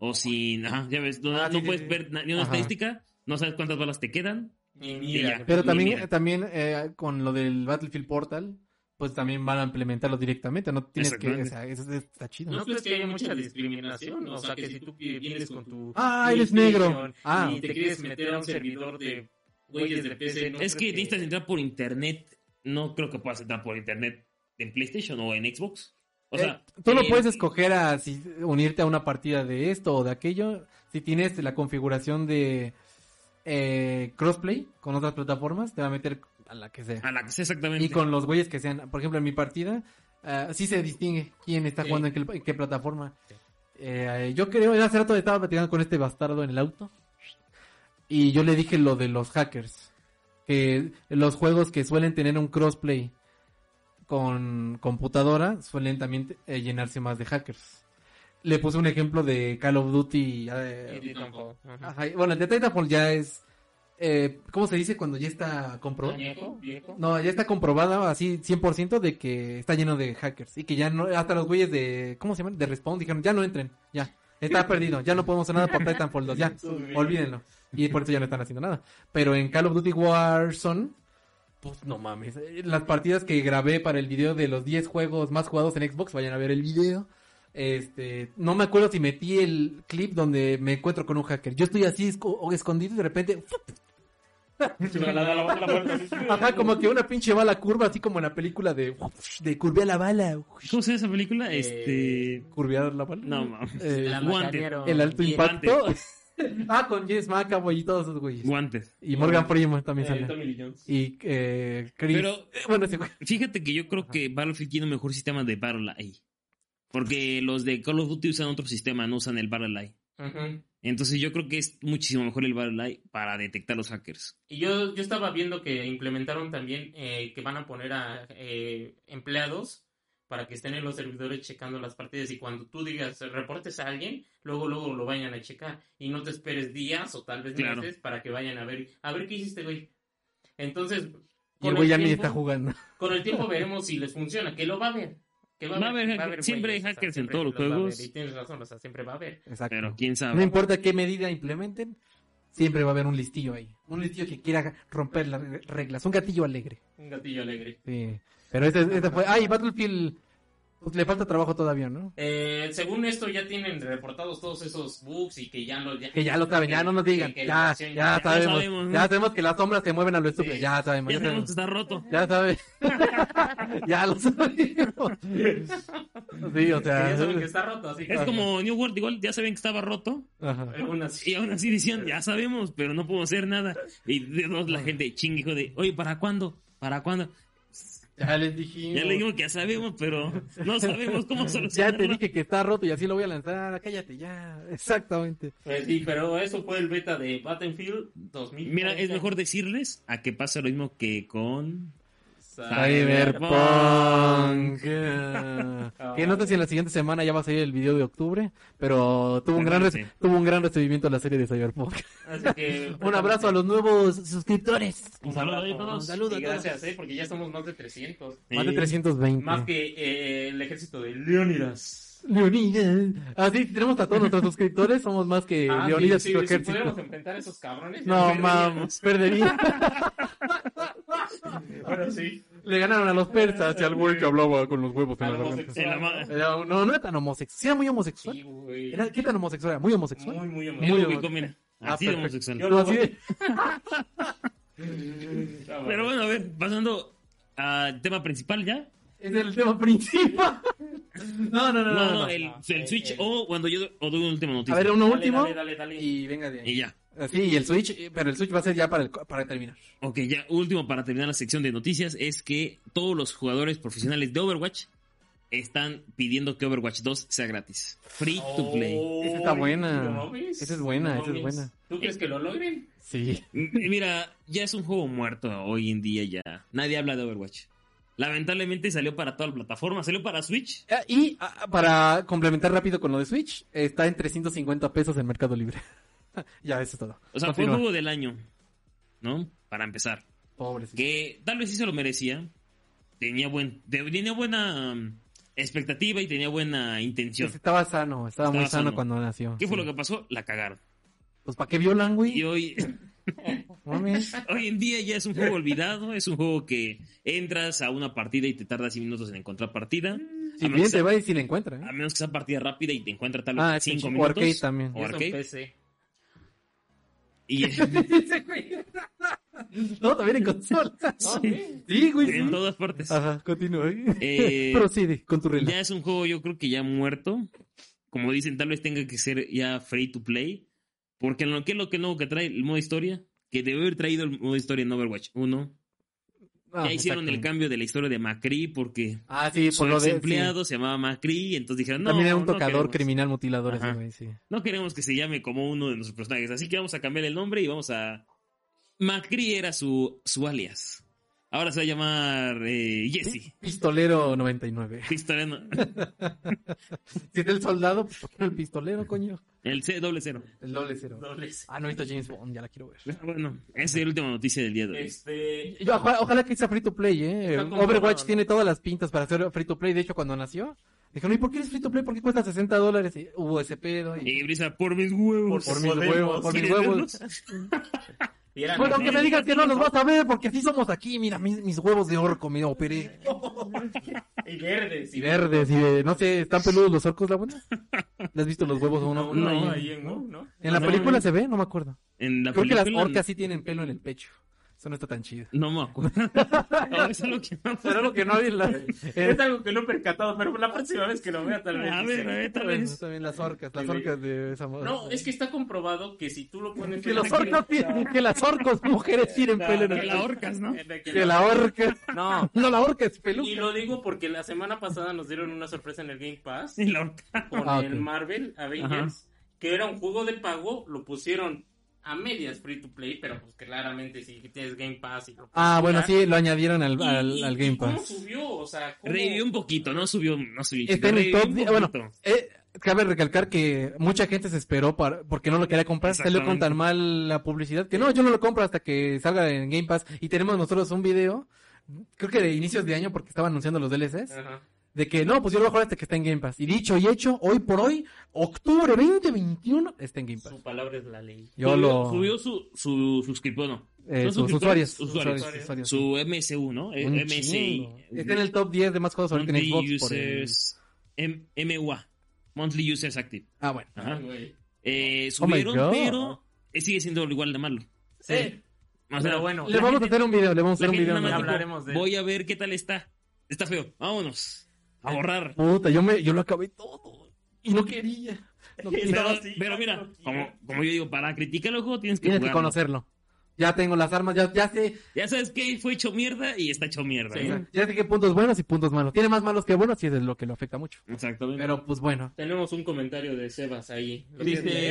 O sin, ajá, ya ves, no,
Ah,
no
sí, sí,
puedes
sí.
ver na- ni una
Ajá.
estadística, no sabes cuántas balas te quedan,
Ni
ya.
Pero también,
Mira.
también eh, con lo del Battlefield Portal, pues también van a implementarlo directamente. No tienes que. O
Exactamente.
sea, eso está chido.
¿No crees que hay mucha discriminación? O sea, que si tú vienes con tu...
Ah, eres negro.
PlayStation
Ah,
Y te quieres meter a un servidor de güeyes de PC. ¿no
Es
crees
que necesitas entrar por internet. No creo que puedas entrar por internet en PlayStation o en Xbox. O sea,
Eh, tú lo
eh,
puedes escoger a si unirte a una partida de esto o de aquello. Si tienes la configuración de eh, crossplay con otras plataformas, te va a meter a la que sea.
A la que sea exactamente.
Y con los güeyes que sean. Por ejemplo, en mi partida, ah, sí se distingue quién está
Sí.
jugando en qué, en qué plataforma. Eh, yo creo, hace rato estaba platicando con este bastardo en el auto. Y yo le dije lo de los hackers. Que los juegos que suelen tener un crossplay con computadora suelen también eh, llenarse más de hackers. Le puse un ejemplo de Call of Duty. eh,
Y Titanfall. Ajá.
ajá, bueno, el de Titanfall ya es eh, ¿cómo se dice cuando ya está comprobado?
Viejo, viejo.
No, ya está comprobada así 100% de que está lleno de hackers y que ya no, hasta los güeyes de, ¿cómo se llaman? De Respawn dijeron, ya no entren, ya, está perdido, ya no podemos hacer nada por Titanfall 2, ya, olvídenlo. Y por eso ya no están haciendo nada. Pero en Call of Duty Warzone, pues no mames, eh, las partidas que grabé para el video de los 10 juegos más jugados en Xbox, vayan a ver el video. Este, no me acuerdo si metí el clip donde me encuentro con un hacker. Yo estoy así esco- escondido y de repente
Sí, la- la- la- la puerta, así.
Ajá, como que una pinche bala curva, así como en la película de... De curvear la bala.
¿Cómo se llama esa película?
Eh,
Este.
Curvear la bala.
No, mames.
Eh,
La
Guante.
macanearon.
el alto
Bien.
impacto. ah, con James McAvoy y todos esos güeyes.
Guantes.
Y Morgan Freeman
Eh,
también sale.
Tommy Lee Jones.
Y eh, Chris...
Pero-
eh, bueno, ese güey.
Fíjate que yo creo que Battlefield tiene un mejor sistema de Battle Eye. Porque los de Call of Duty usan otro sistema, no usan el Battle Eye.
Ujú.
Entonces yo creo que es muchísimo mejor el Battle Eye para detectar los hackers.
Y yo, yo estaba viendo que implementaron también eh, que van a poner a eh, empleados para que estén en los servidores checando las partidas y cuando tú digas eh, reportes a alguien, luego luego lo vayan a checar y no te esperes días o tal vez
Claro.
meses para que vayan a ver, a ver qué hiciste, güey. Entonces,
Y
con
el güey ya ni
tiempo-
está jugando.
Con el tiempo veremos si les funciona, que lo va a ver. Que
Va a haber hacker- siempre hay
güeyes, o sea,
hackers en
siempre
todos los
va a haber,
juegos.
Y tienes razón, o sea, siempre va a haber.
Exacto.
Pero quién
No
sabe.
importa qué medida implementen, siempre va a haber un listillo ahí. Un listillo que quiera romper las reglas. Un gatillo alegre.
Un gatillo alegre.
Sí. Pero este, este fue... Ay, Battlefield... Pues le falta trabajo todavía, ¿no?
Eh, según esto ya tienen reportados todos esos bugs y que ya lo
Que ya lo saben, ya no nos digan.
que- que la
Ya,
versión
ya sabemos.
sabemos, ¿no?
Ya sabemos que las sombras se mueven a lo estúpido.
Sí.
Ya sabemos,
Ya
ya
sabemos que
sabemos.
está roto.
Ya sabemos. Ya lo sabemos. Sí, o
que ya
sea.
saben que está roto, así que
Es como New World, igual ya sabían que estaba roto.
Ajá.
Aún
Y
así.
aún así decían, ya sabemos, pero no puedo hacer nada. Y de dos la gente chingue, hijo de, oye, ¿para cuándo? ¿Para cuándo?
Ya les dije.
Ya le digo que ya sabemos, pero no sabemos cómo
Ya te
solucionarlo.
dije que está roto y así lo voy a lanzar. Cállate, ya. Exactamente.
Pues sí, pero eso fue el beta de Battlefield 2000.
Mira, es mejor decirles a que pase lo mismo que con...
Cyberpunk. Que no sé si en la siguiente semana ya va a salir el video de octubre, pero tuvo un gran, res-
Seguramente.
tuvo un gran recibimiento la serie de Cyberpunk.
Así que,
Un abrazo a los nuevos suscriptores.
Un saludo a
Un
todos.
saludo a
Y
todos. Gracias, eh, porque ya somos más de 300.
Más de
Eh,
320.
Más que eh, el ejército de Leonidas.
Leonidas. Así tenemos a todos nuestros suscriptores. Somos más que
Ah, sí,
Leonidas
sí,
y su
si
ejército.
pudiéramos enfrentar a esos cabrones.
no
perderíamos.
mames, perdería.
Bueno, sí.
Le ganaron a los persas y al güey que hablaba con los huevos
Al
en la garganta.
en la
homosexual.
ma-
Era- No, no era tan homosexual. Sí, era muy homosexual.
Sí, güey.
Era- ¿Qué tan homosexual era? Muy homosexual.
Muy, muy
Mira,
homosexual.
Muy
Wico, mira.
Ah,
Así de
perfecto.
homosexual.
Yo-
Pero así de-
Pero bueno, a ver, pasando al tema principal ya.
es el tema principal. No, no, no, no.
No, no,
no.
el,
no.
el Switch
Eh, eh.
o cuando yo o doy una última noticia.
A ver, uno
Dale,
último.
Dale, dale, dale.
Y venga de
Y
ahí.
ya.
Sí, y el Switch. eh, Pero el Switch va a ser ya para, el co- para terminar.
Ok, ya último para terminar la sección de noticias es que todos los jugadores profesionales de Overwatch están pidiendo que Overwatch 2 sea gratis. Free to play.
Oh,
Esa está buena.
¿no ves?
Esa es buena,
No
esa es
ves.
buena.
¿Tú crees que lo logren?
Sí.
M- Mira, ya es un juego muerto hoy en día ya. Nadie habla de Overwatch. Lamentablemente salió para toda la plataforma, salió para Switch.
Ah, Y ah, para complementar rápido con lo de Switch, está en 350 pesos en Mercado Libre. ya, eso es todo.
O sea, fue
Continúa.
el juego del año, ¿no? Para empezar.
Pobrecito.
que tal vez sí se lo merecía. Tenía, buen, de- tenía buena um, expectativa y tenía buena intención.
Pues Estaba sano, estaba,
Estaba
muy sano,
sano.
cuando nació.
¿Qué fue
Sí.
lo que pasó? La cagaron.
Pues ¿para qué violan, güey?
Y hoy,
Mames.
hoy en día ya es un juego olvidado, es un juego que entras a una partida y te tardas 10 minutos en encontrar partida.
Si
a,
bien
menos que
te
sea,
va y si la encuentra, ¿eh?
a menos que sea partida rápida y te encuentra tal
Ah,
vez
es que
5
sí, o
minutos.
arcade también.
O
Eso en
arcade.
PC.
Y Ah.
No, también en consola.
Sí.
Sí, güey. sí.
en todas partes.
Ajá, continúa. ¿eh?
Eh,
Procede con tu relato.
Ya es un juego, yo creo que ya muerto. Como dicen, tal vez tenga que ser ya free to play. Porque en lo que es lo que nuevo que trae el modo historia, que debe haber traído el modo historia en Overwatch 1.
Ah,
ya hicieron el
exacto.
cambio de la historia de Macri porque
Ah, sí,
su
por lo de. sí.
empleado se llamaba Macri. Y entonces dijeron, no,
También era un
no
tocador
queremos,
criminal mutilador ese
Ajá.
güey, sí.
no queremos que se llame como uno de nuestros personajes. Así que vamos a cambiar el nombre y vamos a... Macri era su, su alias. Ahora se va a llamar eh, Jesse.
Pistolero 99.
Pistolero.
Si es el soldado, pues ¿por qué no el pistolero, coño?
El C doble cero.
El doble cero.
Dobles.
Ah, no he visto James Bond, ya la quiero ver.
Ah, Bueno, esa es la última noticia del día de hoy.
Este.
Yo, ojalá, ojalá que sea free to play, ¿eh?
Está
Overwatch
comprobado, ¿no?
tiene todas las pintas para ser free to play. De hecho, cuando nació, dijeron, ¿y por qué eres free to play? ¿Por qué cuesta 60 dólares? Y hubo ese pedo. y-
Y Brisa, por mis huevos.
Por mis
Podemos.
huevos, por mis
¿Quieres
huevos.
verlos?
y eran
Bueno,
los
que me
de-
digas que no los vas a ver, porque así somos aquí. Mira, mis, mis huevos de orco, me operé.
Y verdes.
Y verdes, y de, no sé, ¿están peludos los orcos, la buena? ¿Le has visto los huevos a uno?
No,
No,
no,
no,
ahí en Go, ¿no?
¿En la
no,
película
no.
se ve? No me acuerdo.
En la
Creo que
película.
las orcas sí tienen pelo en el pecho. Eso no está tan chido.
No me acuerdo. No, eso es lo que me acuerdo.
lo que no vi en la...
Es algo que no he percatado, pero la próxima vez que lo vea tal vez.
A
sí
ver, a
será.
ver, tal
Bueno,
vez.
también las orcas, las orcas de esa moda.
No, es que está comprobado que si tú lo pones.
Que los orcas tienen- que las orcas mujeres tienen pelo en
Que
el
la
pecho.
orcas, ¿no?
Que la orca.
No.
No, la orca es
Y
peluca.
lo digo porque la semana pasada nos dieron una sorpresa en el Game Pass
Sí, la orca.
con
Ah, ok.
el Marvel Avengers, que era un juego de pago, lo pusieron a medias free to play, pero pues claramente si tienes Game Pass y lo
Ah,
puedes
bueno,
jugar.
sí, lo añadieron al,
Y-
al,
y-
al
y
Game
¿Cómo
Pass.
subió? O sea, ¿cómo?
Revivió un poquito, no subió, no subió. chico,
Está en el
revivió
top
un
10. Bueno,
poquito.
eh, cabe recalcar que mucha gente se esperó para, porque no lo quería comprar. Salió con
Exactamente.
tan mal la publicidad que no, yo no lo compro hasta que salga en Game Pass. Y tenemos nosotros un video, creo que de inicios de año, porque estaba anunciando los DLCs.
Ajá.
De que no, pues yo lo voy a jugar hasta que está en Game Pass. Y dicho y hecho, hoy por hoy, octubre 2021, está en Game Pass.
Su palabra es la ley.
Yo
subió,
lo.
subió su, su suscriptor, no.
eh,
¿Son
sus
suscriptores?
usuarios. usuarios, usuarios.
Su MSU, ¿no? Eh,
Un
MSI.
chingo. Está en el top 10 de más juegos ahorita en
Monthly
Xbox. por el-
Users. M- MUA. Monthly Users Active.
Ah, bueno.
Ajá.
Ay, güey.
Eh, subieron,
Oh God.
pero eh, sigue siendo igual de malo. Eh,
Sí,
O sea,
pero bueno.
Le vamos a hacer un video, le vamos a hacer
la
un
gente
video.
nada más
¿no?
dijo,
Hablaremos de él.
Voy a ver qué tal está. Está feo. Vámonos. A borrar.
Puta, yo, me, yo lo acabé todo. Y no quería. No quería.
Pero,
así,
pero mira, como, como yo digo, para criticar el juego tienes que
Tienes que
jugarlo.
conocerlo. Ya tengo las armas, ya, ya sé.
Ya sabes que fue hecho mierda y está hecho mierda. ¿eh?
Sí.
¿no?
Ya sé que puntos buenos y puntos malos. Tiene más malos que buenos y eso es lo que lo afecta mucho.
Exactamente.
Pero pues bueno,
Tenemos un comentario de Sebas ahí. ¿Lo quieres leer?
Dice,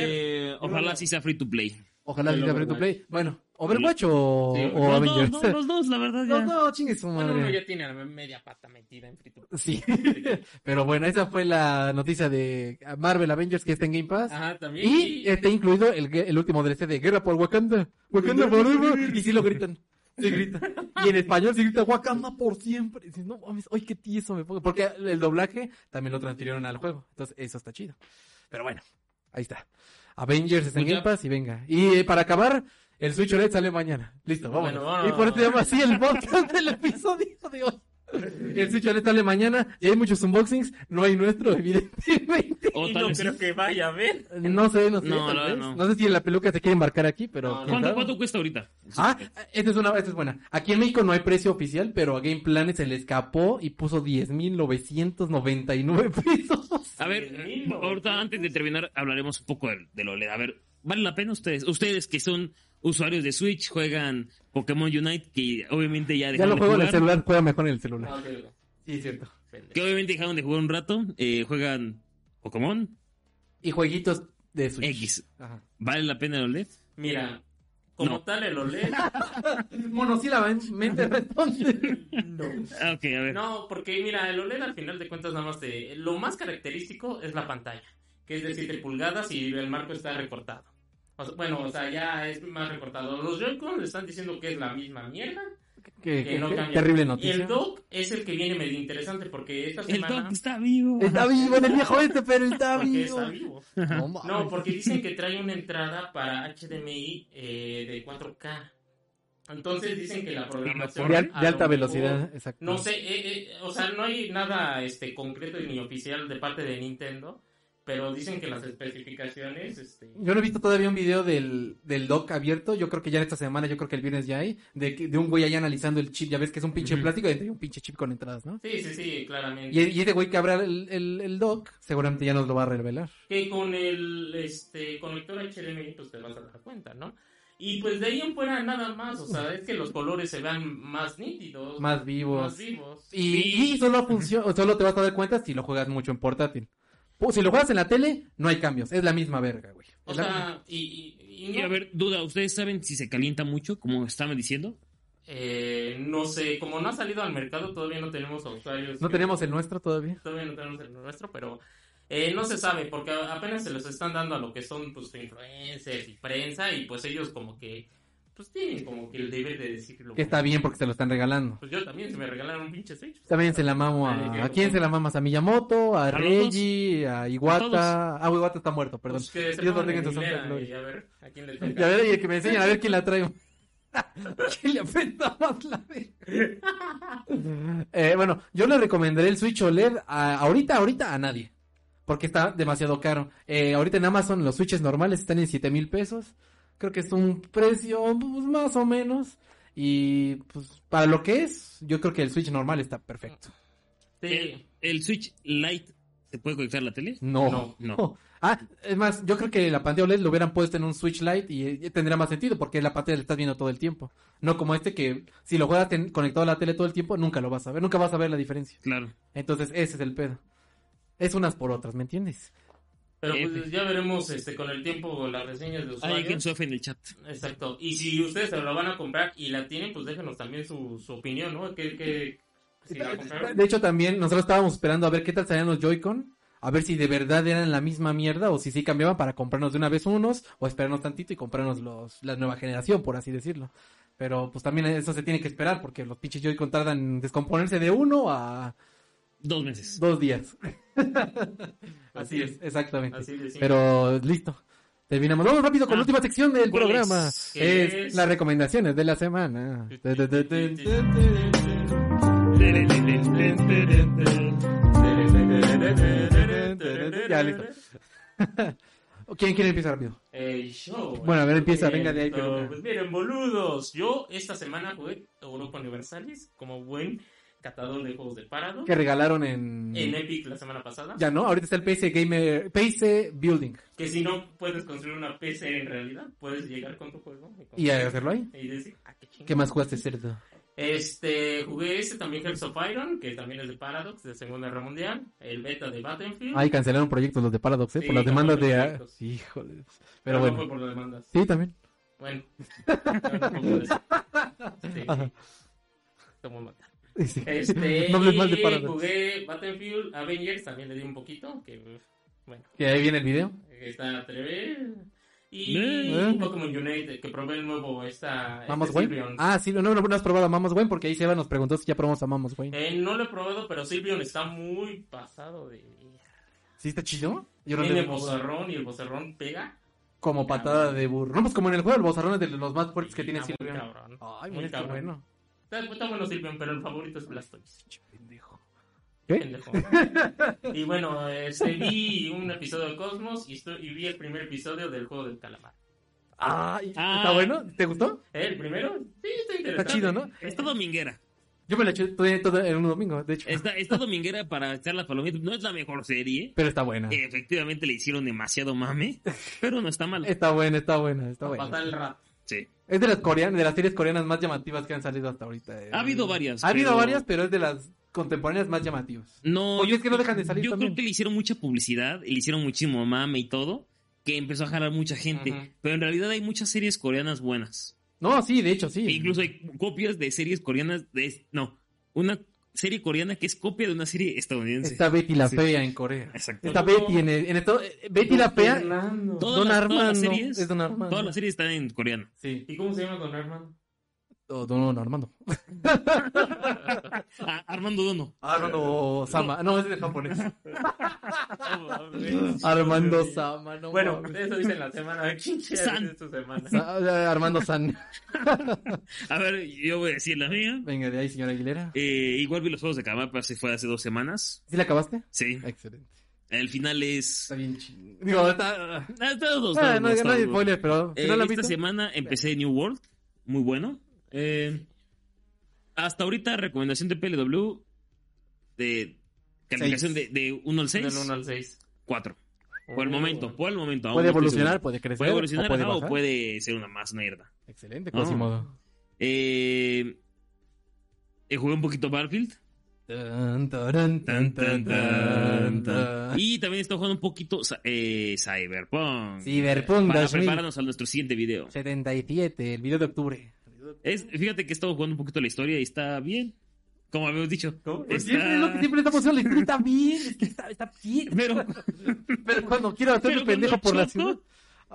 "Eh, ojalá sí sea free to play.
ojalá
El
sea free to
Overwatch.
play. Bueno, ¿Overwatch o,
Sí,
o
los,
Oh, Avengers?
dos, no, los dos, la verdad.
No,
Ya.
no, chingue su
Bueno, uno
madre.
ya tiene la media pata metida en free to play.
Sí. Pero bueno, esa fue la noticia de Marvel Avengers que está en Game Pass.
Ajá, también.
Y este- está incluido el, gue- el último DLC de Guerra por Wakanda. Wakanda forever. Y sí lo gritan. Sí gritan. Y en español se grita Wakanda por siempre. Y dices, no mames, ay, qué tieso me pongo. Porque el doblaje también lo transfirieron al juego. Entonces, eso está chido. Pero bueno, ahí está. Avengers está en
Pues ya.
Game Pass y venga. Y eh, para acabar, el Switch OLED sale mañana. Listo, vamos.
Bueno, vámonos.
Y por eso se llama así el podcast del episodio de hoy. El Switch OLED sale mañana y hay muchos unboxings. No hay nuestro, evidentemente.
O
Y
tal
no
vez
creo
sí.
que vaya a ver.
Eh, No sé, no sé.
No,
tal
la
vez.
verdad
no.
no.
sé si la peluca se quiere embarcar aquí, pero.
No,
¿quién
¿Cuánto,
sabe?
cuánto cuesta ahorita?
Ah, esta es, una, esta es buena. Aquí en México no hay precio oficial, pero a Game Planet se le escapó y puso 10.999 pesos.
A ver, eh,
Lindo.
ahorita antes de terminar hablaremos un poco del, del OLED. A ver, ¿vale la pena ustedes? Ustedes que son usuarios de Switch, juegan Pokémon Unite, que obviamente ya
Ya
dejaron
lo
de
juego en
jugar.
el celular, juega mejor en el celular.
Ah, ok, ok.
Sí, es cierto.
Que obviamente dejaron de jugar un rato. eh, juegan Pokémon
Y jueguitos de Switch.
X.
Ajá.
¿Vale la pena el OLED?
Mira, como
No.
tal el E OLED.
Monosílabamente responde.
Ah, Ok, a ver.
No, porque mira, el OLED al final de cuentas nada más te... Lo más característico es la pantalla, que es de 7 pulgadas y el marco está recortado. O sea, bueno, o sea, ya es más recortado. Los Joy-Con le están diciendo que es la misma mierda,
Que-
que,
que-
no
que-
cambia.
terrible noticia.
El dock es el que viene medio interesante porque esta
El
semana...
Doc está vivo.
Está vivo el viejo este, pero está
porque
vivo.
está vivo.
No, mames.
No, porque dicen que trae una entrada para HDMI eh, de 4K. Entonces dicen que la programación...
de, al- de
a
alta
lo mejor-
velocidad, exacto.
No sé, eh, eh, o sea, no hay nada este, concreto ni oficial de parte de Nintendo, pero dicen que las especificaciones, este,
Yo no he visto todavía un video del, del doc abierto. Yo creo que ya esta semana, yo creo que el viernes ya hay. De, que- de un güey allá analizando el chip. Ya ves que es un pinche
Ujú.
plástico y hay un pinche chip con entradas, ¿no?
sí, sí, sí, claramente.
Y, y ese güey que abra el, el, el doc seguramente ya nos lo va a revelar.
Que con el este, conector HDMI pues te vas a dar cuenta, ¿no? Y pues de ahí en fuera nada más, o sea, es que los colores se vean más nítidos,
Más vivos.
más vivos.
Y, y solo funciona, solo te vas a dar cuenta si lo juegas mucho en portátil. Pues, si lo juegas en la tele, no hay cambios. Es la misma verga, güey.
O
Es la misma.
sea, y, y- y
Y a
no,
ver, duda, ¿ustedes saben si se calienta mucho, como estaban diciendo?
eh, no sé, como no ha salido al mercado, todavía no tenemos usuarios.
no
que-
tenemos el nuestro todavía.
Todavía no tenemos el nuestro, pero Eh, no se sabe, porque a- apenas se los están dando a lo que son pues influencers y prensa, y pues ellos como que pues tienen como que el deber de decirlo.
Que está bien porque se lo están regalando.
Pues yo también, si me regalaron un pinche pues, Sage.
También se la mamo a... ¿A quién se la mamas? ¿A Miyamoto? ¿A,
los
Reggie? ¿A Iwata?
todos.
Ah, Iwata está muerto, perdón.
Pues que se
Dios lo
pongan
tenga
en
en su santa
hilera,
gloria.
y a ver, ¿a quién le
Y a ver, y el que me enseñan a ver quién la trae. ¿Quién le afecta más la verga? Eh, Bueno, yo le recomendaré el Switch OLED a- ahorita, ahorita a nadie. Porque está demasiado caro. Eh, ahorita en Amazon los Switches normales están en 7 mil pesos. Creo que es un precio pues, más o menos. Y pues para lo que es, yo creo que el Switch normal está perfecto.
Sí.
¿El, el Switch Lite se puede conectar a la tele?
No.
No,
no.
Ah, es más, yo creo que la pantalla OLED lo hubieran puesto en un Switch Lite y eh, tendría más sentido porque la pantalla la estás viendo todo el tiempo. No como este que si lo juegas ten- conectado a la tele todo el tiempo, nunca lo vas a ver, nunca vas a ver la diferencia.
Claro.
Entonces, ese es el pedo. Es unas por otras, ¿me entiendes?
Pero pues
F.
ya veremos este con el tiempo las reseñas de
Hay alguien
usuarios.
sufre en el chat.
Exacto. Y si ustedes se lo van a comprar y la tienen, pues déjenos también su, su opinión, ¿no? ¿Qué, qué, si la compraron.
De hecho, también nosotros estábamos esperando a ver qué tal salían los Joy-Con, a ver si de verdad eran la misma mierda o si sí cambiaban para comprarnos de una vez unos o esperarnos tantito y comprarnos los, la nueva generación, por así decirlo. Pero pues también eso se tiene que esperar porque los pinches Joy-Con tardan en descomponerse de uno a
Dos meses.
Dos días. Así es, exactamente.
Así de simple.
Pero listo. Terminamos. Vamos rápido con la
Ah,
última sección del
¿cuál
programa.
es?
pues, ¿Qué
Es,
es?
las recomendaciones de la semana. Ya, listo. ¿Quién quiere empezar rápido?
El show.
Bueno, a ver, empieza, venga de ahí,
Perfecto.
Peluca.
Pues miren, boludos. Yo esta semana jugué Europa Universalis como buen catador de juegos de parado.
Que regalaron en...
En Epic la semana pasada.
Ya, ¿no? Ahorita está el PC Gamer... PC Building.
Que si no puedes construir una PC en realidad, puedes llegar con tu juego. con-
Y a hacerlo ahí.
y decir, ah, qué chingón.
¿Qué más jugaste, cerdo?
Este, jugué este también, Hearts of Iron, que también es de Paradox, de Segunda Guerra Mundial. El beta de Battlefield.
Ay, cancelaron proyectos los de Paradox, ¿eh?
Sí,
por las demandas de...
cancelaron proyectos.
Híjoles. Pero
pero No fue
bueno.
por las demandas.
Sí, también.
Bueno. no, no puedo decir. Sí.
Ajá.
Tomo nota.
Sí.
Este,
no hables mal de
y
Paradox.
jugué Battlefield Avengers, también le di un poquito, que bueno,
Que ahí viene el video.
está atrever. Y
Eh.
Pokémon Unite, que probé el nuevo, esta...
Mamos
este
Wayne.
Sylveon.
Ah, sí, no, no, no has probado a Mamos Wayne porque ahí Seba nos preguntó si ya probamos a Mamos Wayne.
Eh, no lo he probado, pero Silvion está muy pasado de...
¿Sí está chido? Yo no
Tiene
le
bozarrón y el bozarrón pega.
Como patada de burro. No, pues como en el juego, el bozarrón es de los más fuertes que
Y
tiene
está muy
Silvio.
cabrón.
Ay,
Muy
mira, qué
cabrón.
bueno.
Está, está bueno Silvion, pero el favorito es Blastoise.
Pendejo. ¿Qué?
Pendejo. y bueno, este, vi un episodio de Cosmos y, estoy- y vi el primer episodio del juego del calamar.
Ah, ¿y-
Ah.
¿está bueno? ¿Te gustó?
¿Eh, ¿El primero? Sí, está interesante.
Está chido, ¿no?
Está dominguera.
Yo me la eché todo, todo en un domingo, de hecho.
Está, está dominguera para echar las palomitas. No es la mejor serie.
Pero está buena.
Efectivamente le hicieron demasiado mame, pero no está mal.
Está buena, está buena, está
Para
buena.
pasar el rato.
Sí.
Es de las coreanas, de las series coreanas más llamativas que han salido hasta ahorita. eh.
Ha habido varias,
Ha habido
pero-
varias, pero es de las contemporáneas más llamativas.
No,
Oye,
yo-
es que no dejan de salir
Yo
también.
creo que le hicieron mucha publicidad, y le hicieron muchísimo mame y todo, que empezó a jalar mucha gente.
Ajá.
Pero en realidad hay muchas series coreanas buenas.
No, sí, de hecho, sí.
E incluso hay copias de series coreanas de no, una serie coreana que es copia de una serie estadounidense.
Está Betty la
Sí.
fea en Corea.
Exacto.
Está Betty en, el- en esto- eh, Betty la fea.
Fernando.
Todas
Don
las,
Armando.
todas las series,
Es Don Armando.
todas las series están en coreano.
Sí.
¿Y cómo se llama Don Armando?
O Don, Don Armando.
Ah, Armando Dono.
Armando Sama. No, es de japonés. Armando Sama. No
Bueno,
mames.
eso dicen la semana. ¿Quién quiere
San.
hacer su semana?
Ah, ah, Armando San.
A ver, yo voy a decir la mía.
Venga, de ahí, señora Aguilera.
Eh, igual vi los juegos de Calamar, pero se fue hace dos semanas.
¿Sí la acabaste?
Sí.
Excelente.
El final es.
Está bien chido. Digo, está. ah,
Ah, todos dos,
ah,
todos
no,
dos,
no
todos
hay
dos.
spoiler, pero.
Eh,
¿Si no la has
esta
visto?
semana empecé New World, muy bueno. Eh, hasta ahorita, recomendación de PLW de calificación de,
Seis.
de 1 al 6,
Del 1 al Oh. 6.
Cuatro. Por el momento, por el momento. aún
Puede
no estoy
evolucionar,
seguro.
puede crecer.
puede evolucionar,
o puede
ajá, o
bajar.
puede Ah. ser una más mierda.
Excelente, pues,
No.
Cosimodo.
Eh, eh, jugué un poquito Battlefield.
Tan, taran,
Tan, tan, tan, tan.
Y-
Y también estoy jugando un poquito sa- eh, Cyberpunk.
Cyberpunk
para
2000.
prepararnos a nuestro siguiente video.
77, el video de octubre.
Es, fíjate que he estado jugando un poquito la historia y está bien. como habíamos dicho.
¿no?
Está-
Pues Siempre es lo que siempre estamos haciendo. Está bien, es que está, está bien.
Pero,
Pero cuando quiero hacerme
Pero cuando
pendejo por la
choco,
ciudad.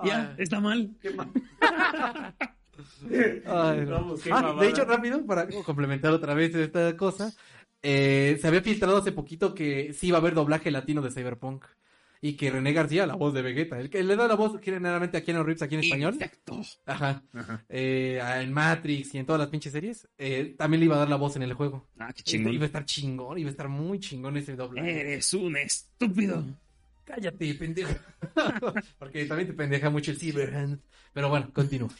ya,
Ay.
está mal.
Qué mal. Ay, no.
Vamos, qué
Ah,
mamada.
de hecho, rápido, para complementar otra vez esta cosa, eh, se había filtrado hace poquito que sí iba a haber doblaje latino de Cyberpunk. Y que René García, la voz de Vegeta, el que le da la voz generalmente aquí en los rips, aquí en español,
Exacto.
ajá,
Ajá.
eh, en Matrix y en todas las pinches series, eh, también le iba a dar la voz en el juego.
Ah, qué
Iba a
chingón. Eh.
estar chingón, iba a estar muy chingón ese doblaje.
Eres un estúpido.
Cállate, pendejo. Porque también te pendeja mucho el Cyberhand. Pero bueno, continúa.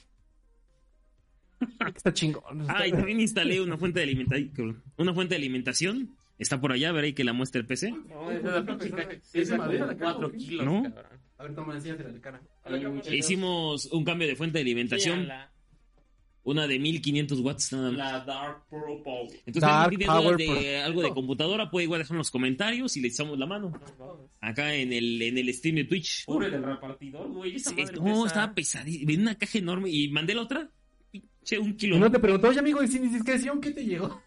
Está chingón. está-
Ah, y también instalé una fuente de alimentación. Una fuente de alimentación. Está por allá, veré que la muestra el PC.
No, esa es la pinche-
¿Es de
esa
madera la
como
caja o
4
qué?
kilos,
¿No?
cabrón.
A ver, toma, enséñatela a la cara.
Hola, ¿qué muchachos?
Hicimos un cambio de fuente de alimentación.
La,
Una de 1500 watts nada más.
la Dark Purple.
Entonces,
Dark
si tiene dudas
Power
de
Pro.
algo de computadora, puede igual dejar en los comentarios y le echamos la mano. Acá en el, en el stream de Twitch.
Pobre del repartidor, güey. Esa
Sí,
madre
no,
pesa.
estaba pesadísimo. Venía una caja enorme y mandé la otra. Pinche, un
Y
kilo. Ah,
no te preguntó, oye, amigo, y sin discreción, ¿qué te llegó?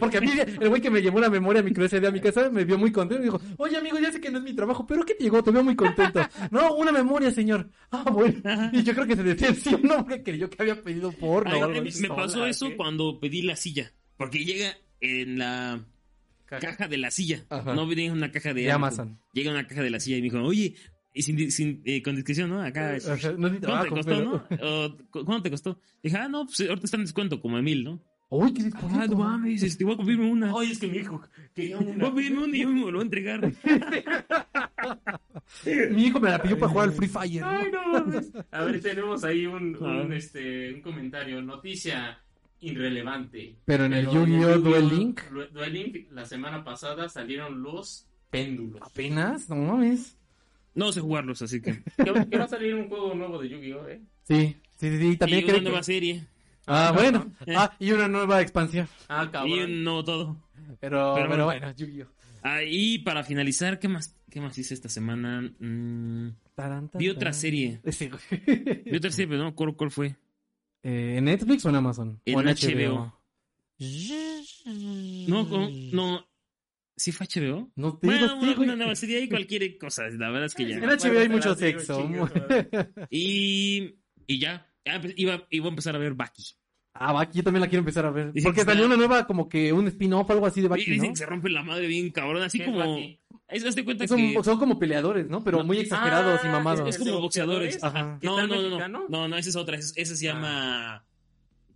Porque a mí, el güey que me llevó la memoria micro SD a mi casa, me vio muy contento. y Dijo, oye, amigo, ya sé que no es mi trabajo, pero ¿qué te llegó? Te veo muy contento. No, una memoria, señor. Ah, bueno. Y yo creo que se decepcionó porque creyó que había pedido porno.
Ay,
o algo
me
así.
me pasó
Hola,
eso
¿qué?
cuando pedí la silla. Porque llega en la caja de la silla.
Ajá.
No viene en una caja de,
De Amazon.
Llega en una caja de la silla y me dijo, oye, y sin, sin, eh, con discreción, ¿no? Acá.
O sea, no es mi
¿Cuánto te
trabajo,
costó,
pero-
Pues, no? O, ¿cu- ¿Cuánto te costó? Dije, ah, no, pues ahorita está en descuento, como en mil, ¿no?
Uy, qué
Ah,
descuento.
no mames, este, voy a comprarme una.
Ay, es que mi hijo quería
Voy
una.
a pedirme una y yo me lo voy a entregar.
Mi hijo me la pidió para jugar al Free Fire. ¿no?
Ay, no mames. A ver, tenemos ahí un,
A
un,
ver.
este, un comentario. Noticia irrelevante.
Pero en el
Pero en
Yu-Gi-Oh! Duel Link,
Lu- Duel Link, la semana pasada salieron los péndulos.
apenas, no mames.
No sé jugarlos, así que.
Que va- que va a salir un juego nuevo de Yu-Gi-Oh! eh.
Sí, sí, sí, sí,
Y
también
una
creo que...
nueva serie.
Ah, bueno.
Eh.
Ah, y una nueva expansión.
Ah,
Y
cabrón.
un nuevo todo.
Pero,
Pero
pero,
bueno.
bueno, Yu-Gi-Oh!
Ah, y para finalizar, ¿qué más, qué más hice esta semana? Mm,
Tarán, tan,
vi otra
tan.
serie.
Sí, güey.
Vi otra serie, pero no me acuerdo cuál fue.
Eh, ¿En Netflix o en Amazon?
En
¿O
HBO. No, con- no. ¿Sí fue HBO?
No te digo,
Bueno,
sí,
una,
güey.
una nueva serie y cualquier cosa. La verdad es que
En
ya.
HBO hay
Bueno,
mucho
te la digo,
sexo.
chingas,
Y, y ya. Ah, pues, iba, iba a empezar a ver Bucky.
Ah, Baki, yo también la quiero empezar a ver.
Dicen
Porque
que
salió
está-
una nueva, como que un spin-off o algo así de
Y
Baki,
dicen
¿no?
que se rompe la madre bien cabrón. Así
¿Qué es
como.
Bucky?
Es, hazte cuenta
Son,
que.
son como peleadores, ¿no? Pero
No.
muy exagerados
Ah,
y mamados.
es como boxeadores.
Ajá.
¿Que
No,
está
no, no,
mexicano?
no. No, no, esa es otra. Esa, esa se llama.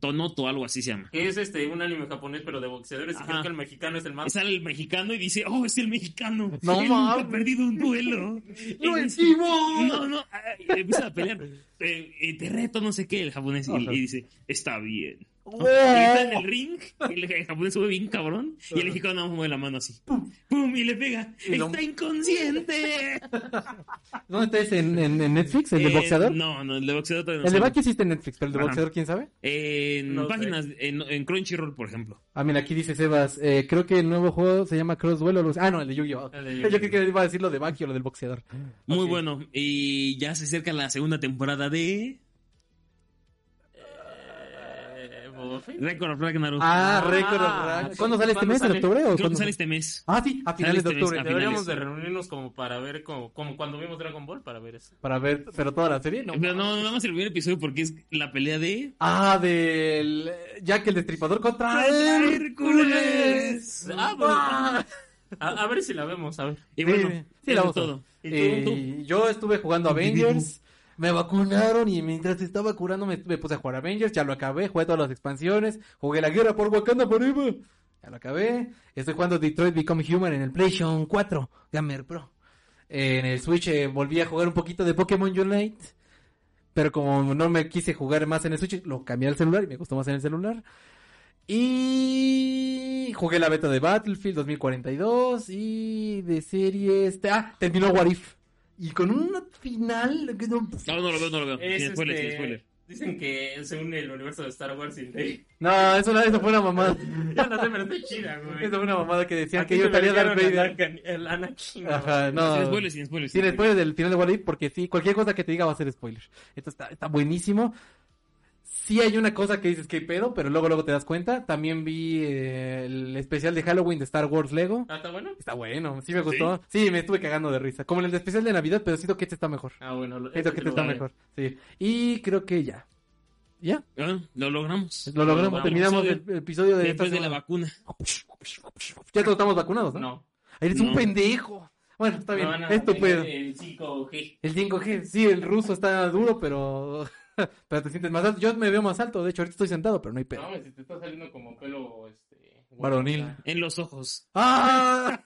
Tonoto, algo así se llama.
Que es este, un anime japonés, pero de boxeadores. Y
Ajá.
creo que el mexicano es el
Y
más.
Sale el mexicano y dice, oh, es el mexicano.
No
Él nunca ha
mames.
perdido un duelo.
¡No
Y
es
dice, No, no, ah, y empieza a pelear. Eh, eh, te reto, no sé qué, el japonés. Y,
Ajá.
y dice, está bien.
¡Wow!
Y está en el ring, y el, el japonés sube bien cabrón, y el mexicano nada más mueve la mano así. ¡Pum! ¡Pum! Y le pega.
Y lo-
¡Está inconsciente!
¿Dónde está ese? ¿En, en, en Netflix? ¿El de
Eh,
boxeador?
No, no, el de boxeador todavía no
el de
sale.
Baki existe en Netflix, pero el de
Ajá.
boxeador, ¿quién sabe?
En
No sé.
páginas, en, en Crunchyroll, por ejemplo.
Ah, mira, aquí dice Sebas, eh, creo que el nuevo juego se llama Cross Duel o algo así. Ah, no, el de Yu-Gi-Oh!
El de
Yo
Yu-Gi-Oh.
creí que iba a decir lo de Baki o lo del boxeador.
Muy
Ok.
bueno. Y ya se acerca la segunda temporada de
eh, Boba Fett.
Record of Ragnarok.
Ah,
Ah,
récord.
sí.
¿Cuándo sale este
¿Cuándo
mes?
sale?
¿En octubre? o
Creo que
cuándo?
sale este mes.
Ah, sí, a finales de
este mes,
octubre.
a finales.
Deberíamos de reunirnos como para ver, como, como cuando vimos Dragon Ball, para ver eso.
Para ver, pero toda la serie, ¿no?
Pero no, nada más el primer episodio porque es la pelea de. eh,
Ah, del Jack el Destripador contra
¡Contra
Hércules.
Hércules!
Ah,
Ah, A, a ver si la vemos, a ver.
Y
Sí,
bueno,
sí,
eso
la
es
vamos a-
todo.
¿Y tú,
Eh, yo estuve jugando Avengers, me vacunaron y mientras estaba curando me, me puse a jugar Avengers, ya lo acabé, jugué todas las expansiones, jugué la guerra por Wakanda por arriba, ya lo acabé, estoy jugando Detroit Become Human en el PlayStation 4, Gamer Pro. Eh, en el Switch eh, volví a jugar un poquito de Pokémon Unite, pero como no me quise jugar más en el Switch, lo cambié al celular y me gustó más en el celular. Y jugué la beta de Battlefield 2042 y de series... Ah, terminó What If. Y con un final... que no-
No, no lo veo, no lo veo.
Es,
Sin spoiler, sin
este,
spoiler.
Dicen que se une el universo de Star Wars y de...
No, eso, no- eso fue una mamada.
Ya no sé, pero está chida, güey.
Eso fue una mamada que decían
Aquí
que yo
se
estaría Darth
vergaron
Vader.
al Anakin- El Anakin. güey.
Ajá,
Sin
no.
spoiler, sin spoiler.
Sí,
sin spoiler.
después del final de What If, porque sí, cualquier cosa que te diga va a ser spoiler. Esto está, está buenísimo. sí hay una cosa que dices que pedo, pero luego luego te das cuenta. También vi eh, el especial de Halloween de Star Wars Lego.
¿Ah, está bueno?
Está bueno, sí me gustó. ¿Sí? me estuve cagando de risa. Como en el de especial de Navidad, pero siento que este está mejor.
Ah, bueno. lo-
Siento
eso
que
sí
este
lo
está
vale.
mejor, sí. Y creo que ya. Ya,
Ah, lo logramos.
lo logramos.
vamos.
Terminamos el el episodio de esta
Después de la
semana.
vacuna.
Ya todos estamos vacunados, ¿no?
No.
Eres un
No.
pendejo. Bueno, está bien.
No van a
Esto
tener
puedo.
El 5G.
El 5G, sí, el ruso está duro, pero. pero te sientes más alto. Yo me veo más alto, de hecho, ahorita estoy sentado, pero no hay pedo.
No, si te está saliendo como pelo, este... güey,
Varonil.
o sea,
En los ojos.
¡Ah!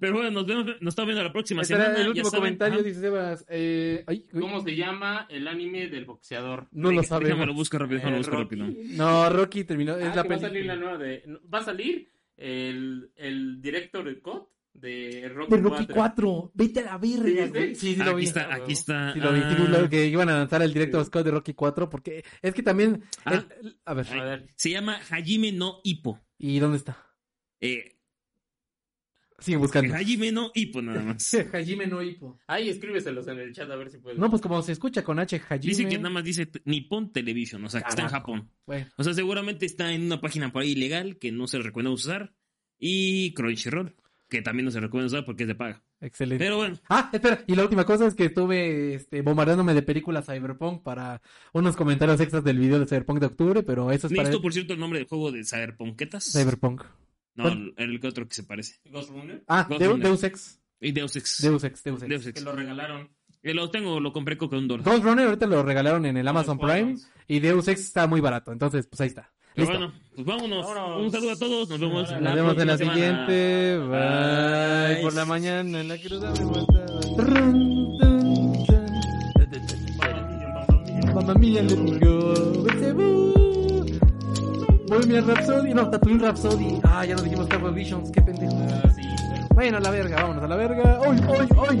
Pero bueno, nos, vemos, nos estamos viendo la próxima
Este era
semana.
el
ya
último
saben.
comentario,
Ajá.
dice Sebas. Eh, ay, uy,
¿Cómo se llama el anime del boxeador?
no lo
Deja- Déjame
sabemos.
lo busco rápido, déjame lo
Eh,
busco
Rocky.
rápido.
No, Rocky terminó.
Ah,
Es la
que va a salir la
película.
nueva de... Va a salir el, el director de COD de Rocky,
De Rocky 4. Vete a la verga,
¿Sí,
güey. Sí,
sí?
sí, lo
Aquí
vi.
está, aquí está.
Sí, lo vi. Sí,
Ah,
vi lo que iban a lanzar el directo Scott de Rocky 4. Porque es que también.
Ah.
el- el- a ver.
A ver,
Se llama Hajime no Hippo.
¿Y dónde está?
Eh,
Sigue buscando.
Hajime no Hippo nada más.
Hajime no Hippo.
ahí escríbeselos en el chat a ver si puedes.
No, pues como se escucha con H, Hajime.
Dice que nada más dice t- Nippon Television, o sea, que está en
Carajo.
Japón.
Bueno,
O sea, seguramente está en una página por ahí ilegal que no se recuerda usar. Y Crunchyroll, que también no se recuerda usar porque es de paga.
excelente.
Pero bueno,
Ah, espera, y la última cosa es que estuve este, bombardeándome de películas Cyberpunk para unos comentarios extras del video de Cyberpunk de octubre, pero eso es para
necesito por cierto el nombre del juego de Cyberpunketas.
Cyberpunk.
No, el, el otro que se parece.
Ghost Runner,
Ah,
Ghost
Deu-
Runner.
Deus Ex.
Y Deus Ex.
Deus Ex, Deus Ex.
Deus
que
Ex.
lo regalaron.
Eh, Lo tengo, lo compré con un dólar.
Ghost Runner ahorita lo regalaron en el Amazon
Los
Prime
juegos.
y Deus Ex está muy barato, entonces pues ahí está.
Pero
Listo.
bueno, pues vámonos.
Vámonos.
Un saludo a todos. Nos vemos,
Nos
Nos vemos en la
próxima
siguiente.
semana.
Bye.
Bye.
Por la mañana en la que me falta. Trun, tun, tun. Mamma mía, let me go. Vete, boo. Bohemian Rhapsody. No, Tatooine Rhapsody. Ah, ya nos dijimos Star Wars Visions. Qué pendejo.
Ah, sí, bueno.
Bueno, a la verga. Vámonos a la verga. ¡Hoy, hoy, hoy!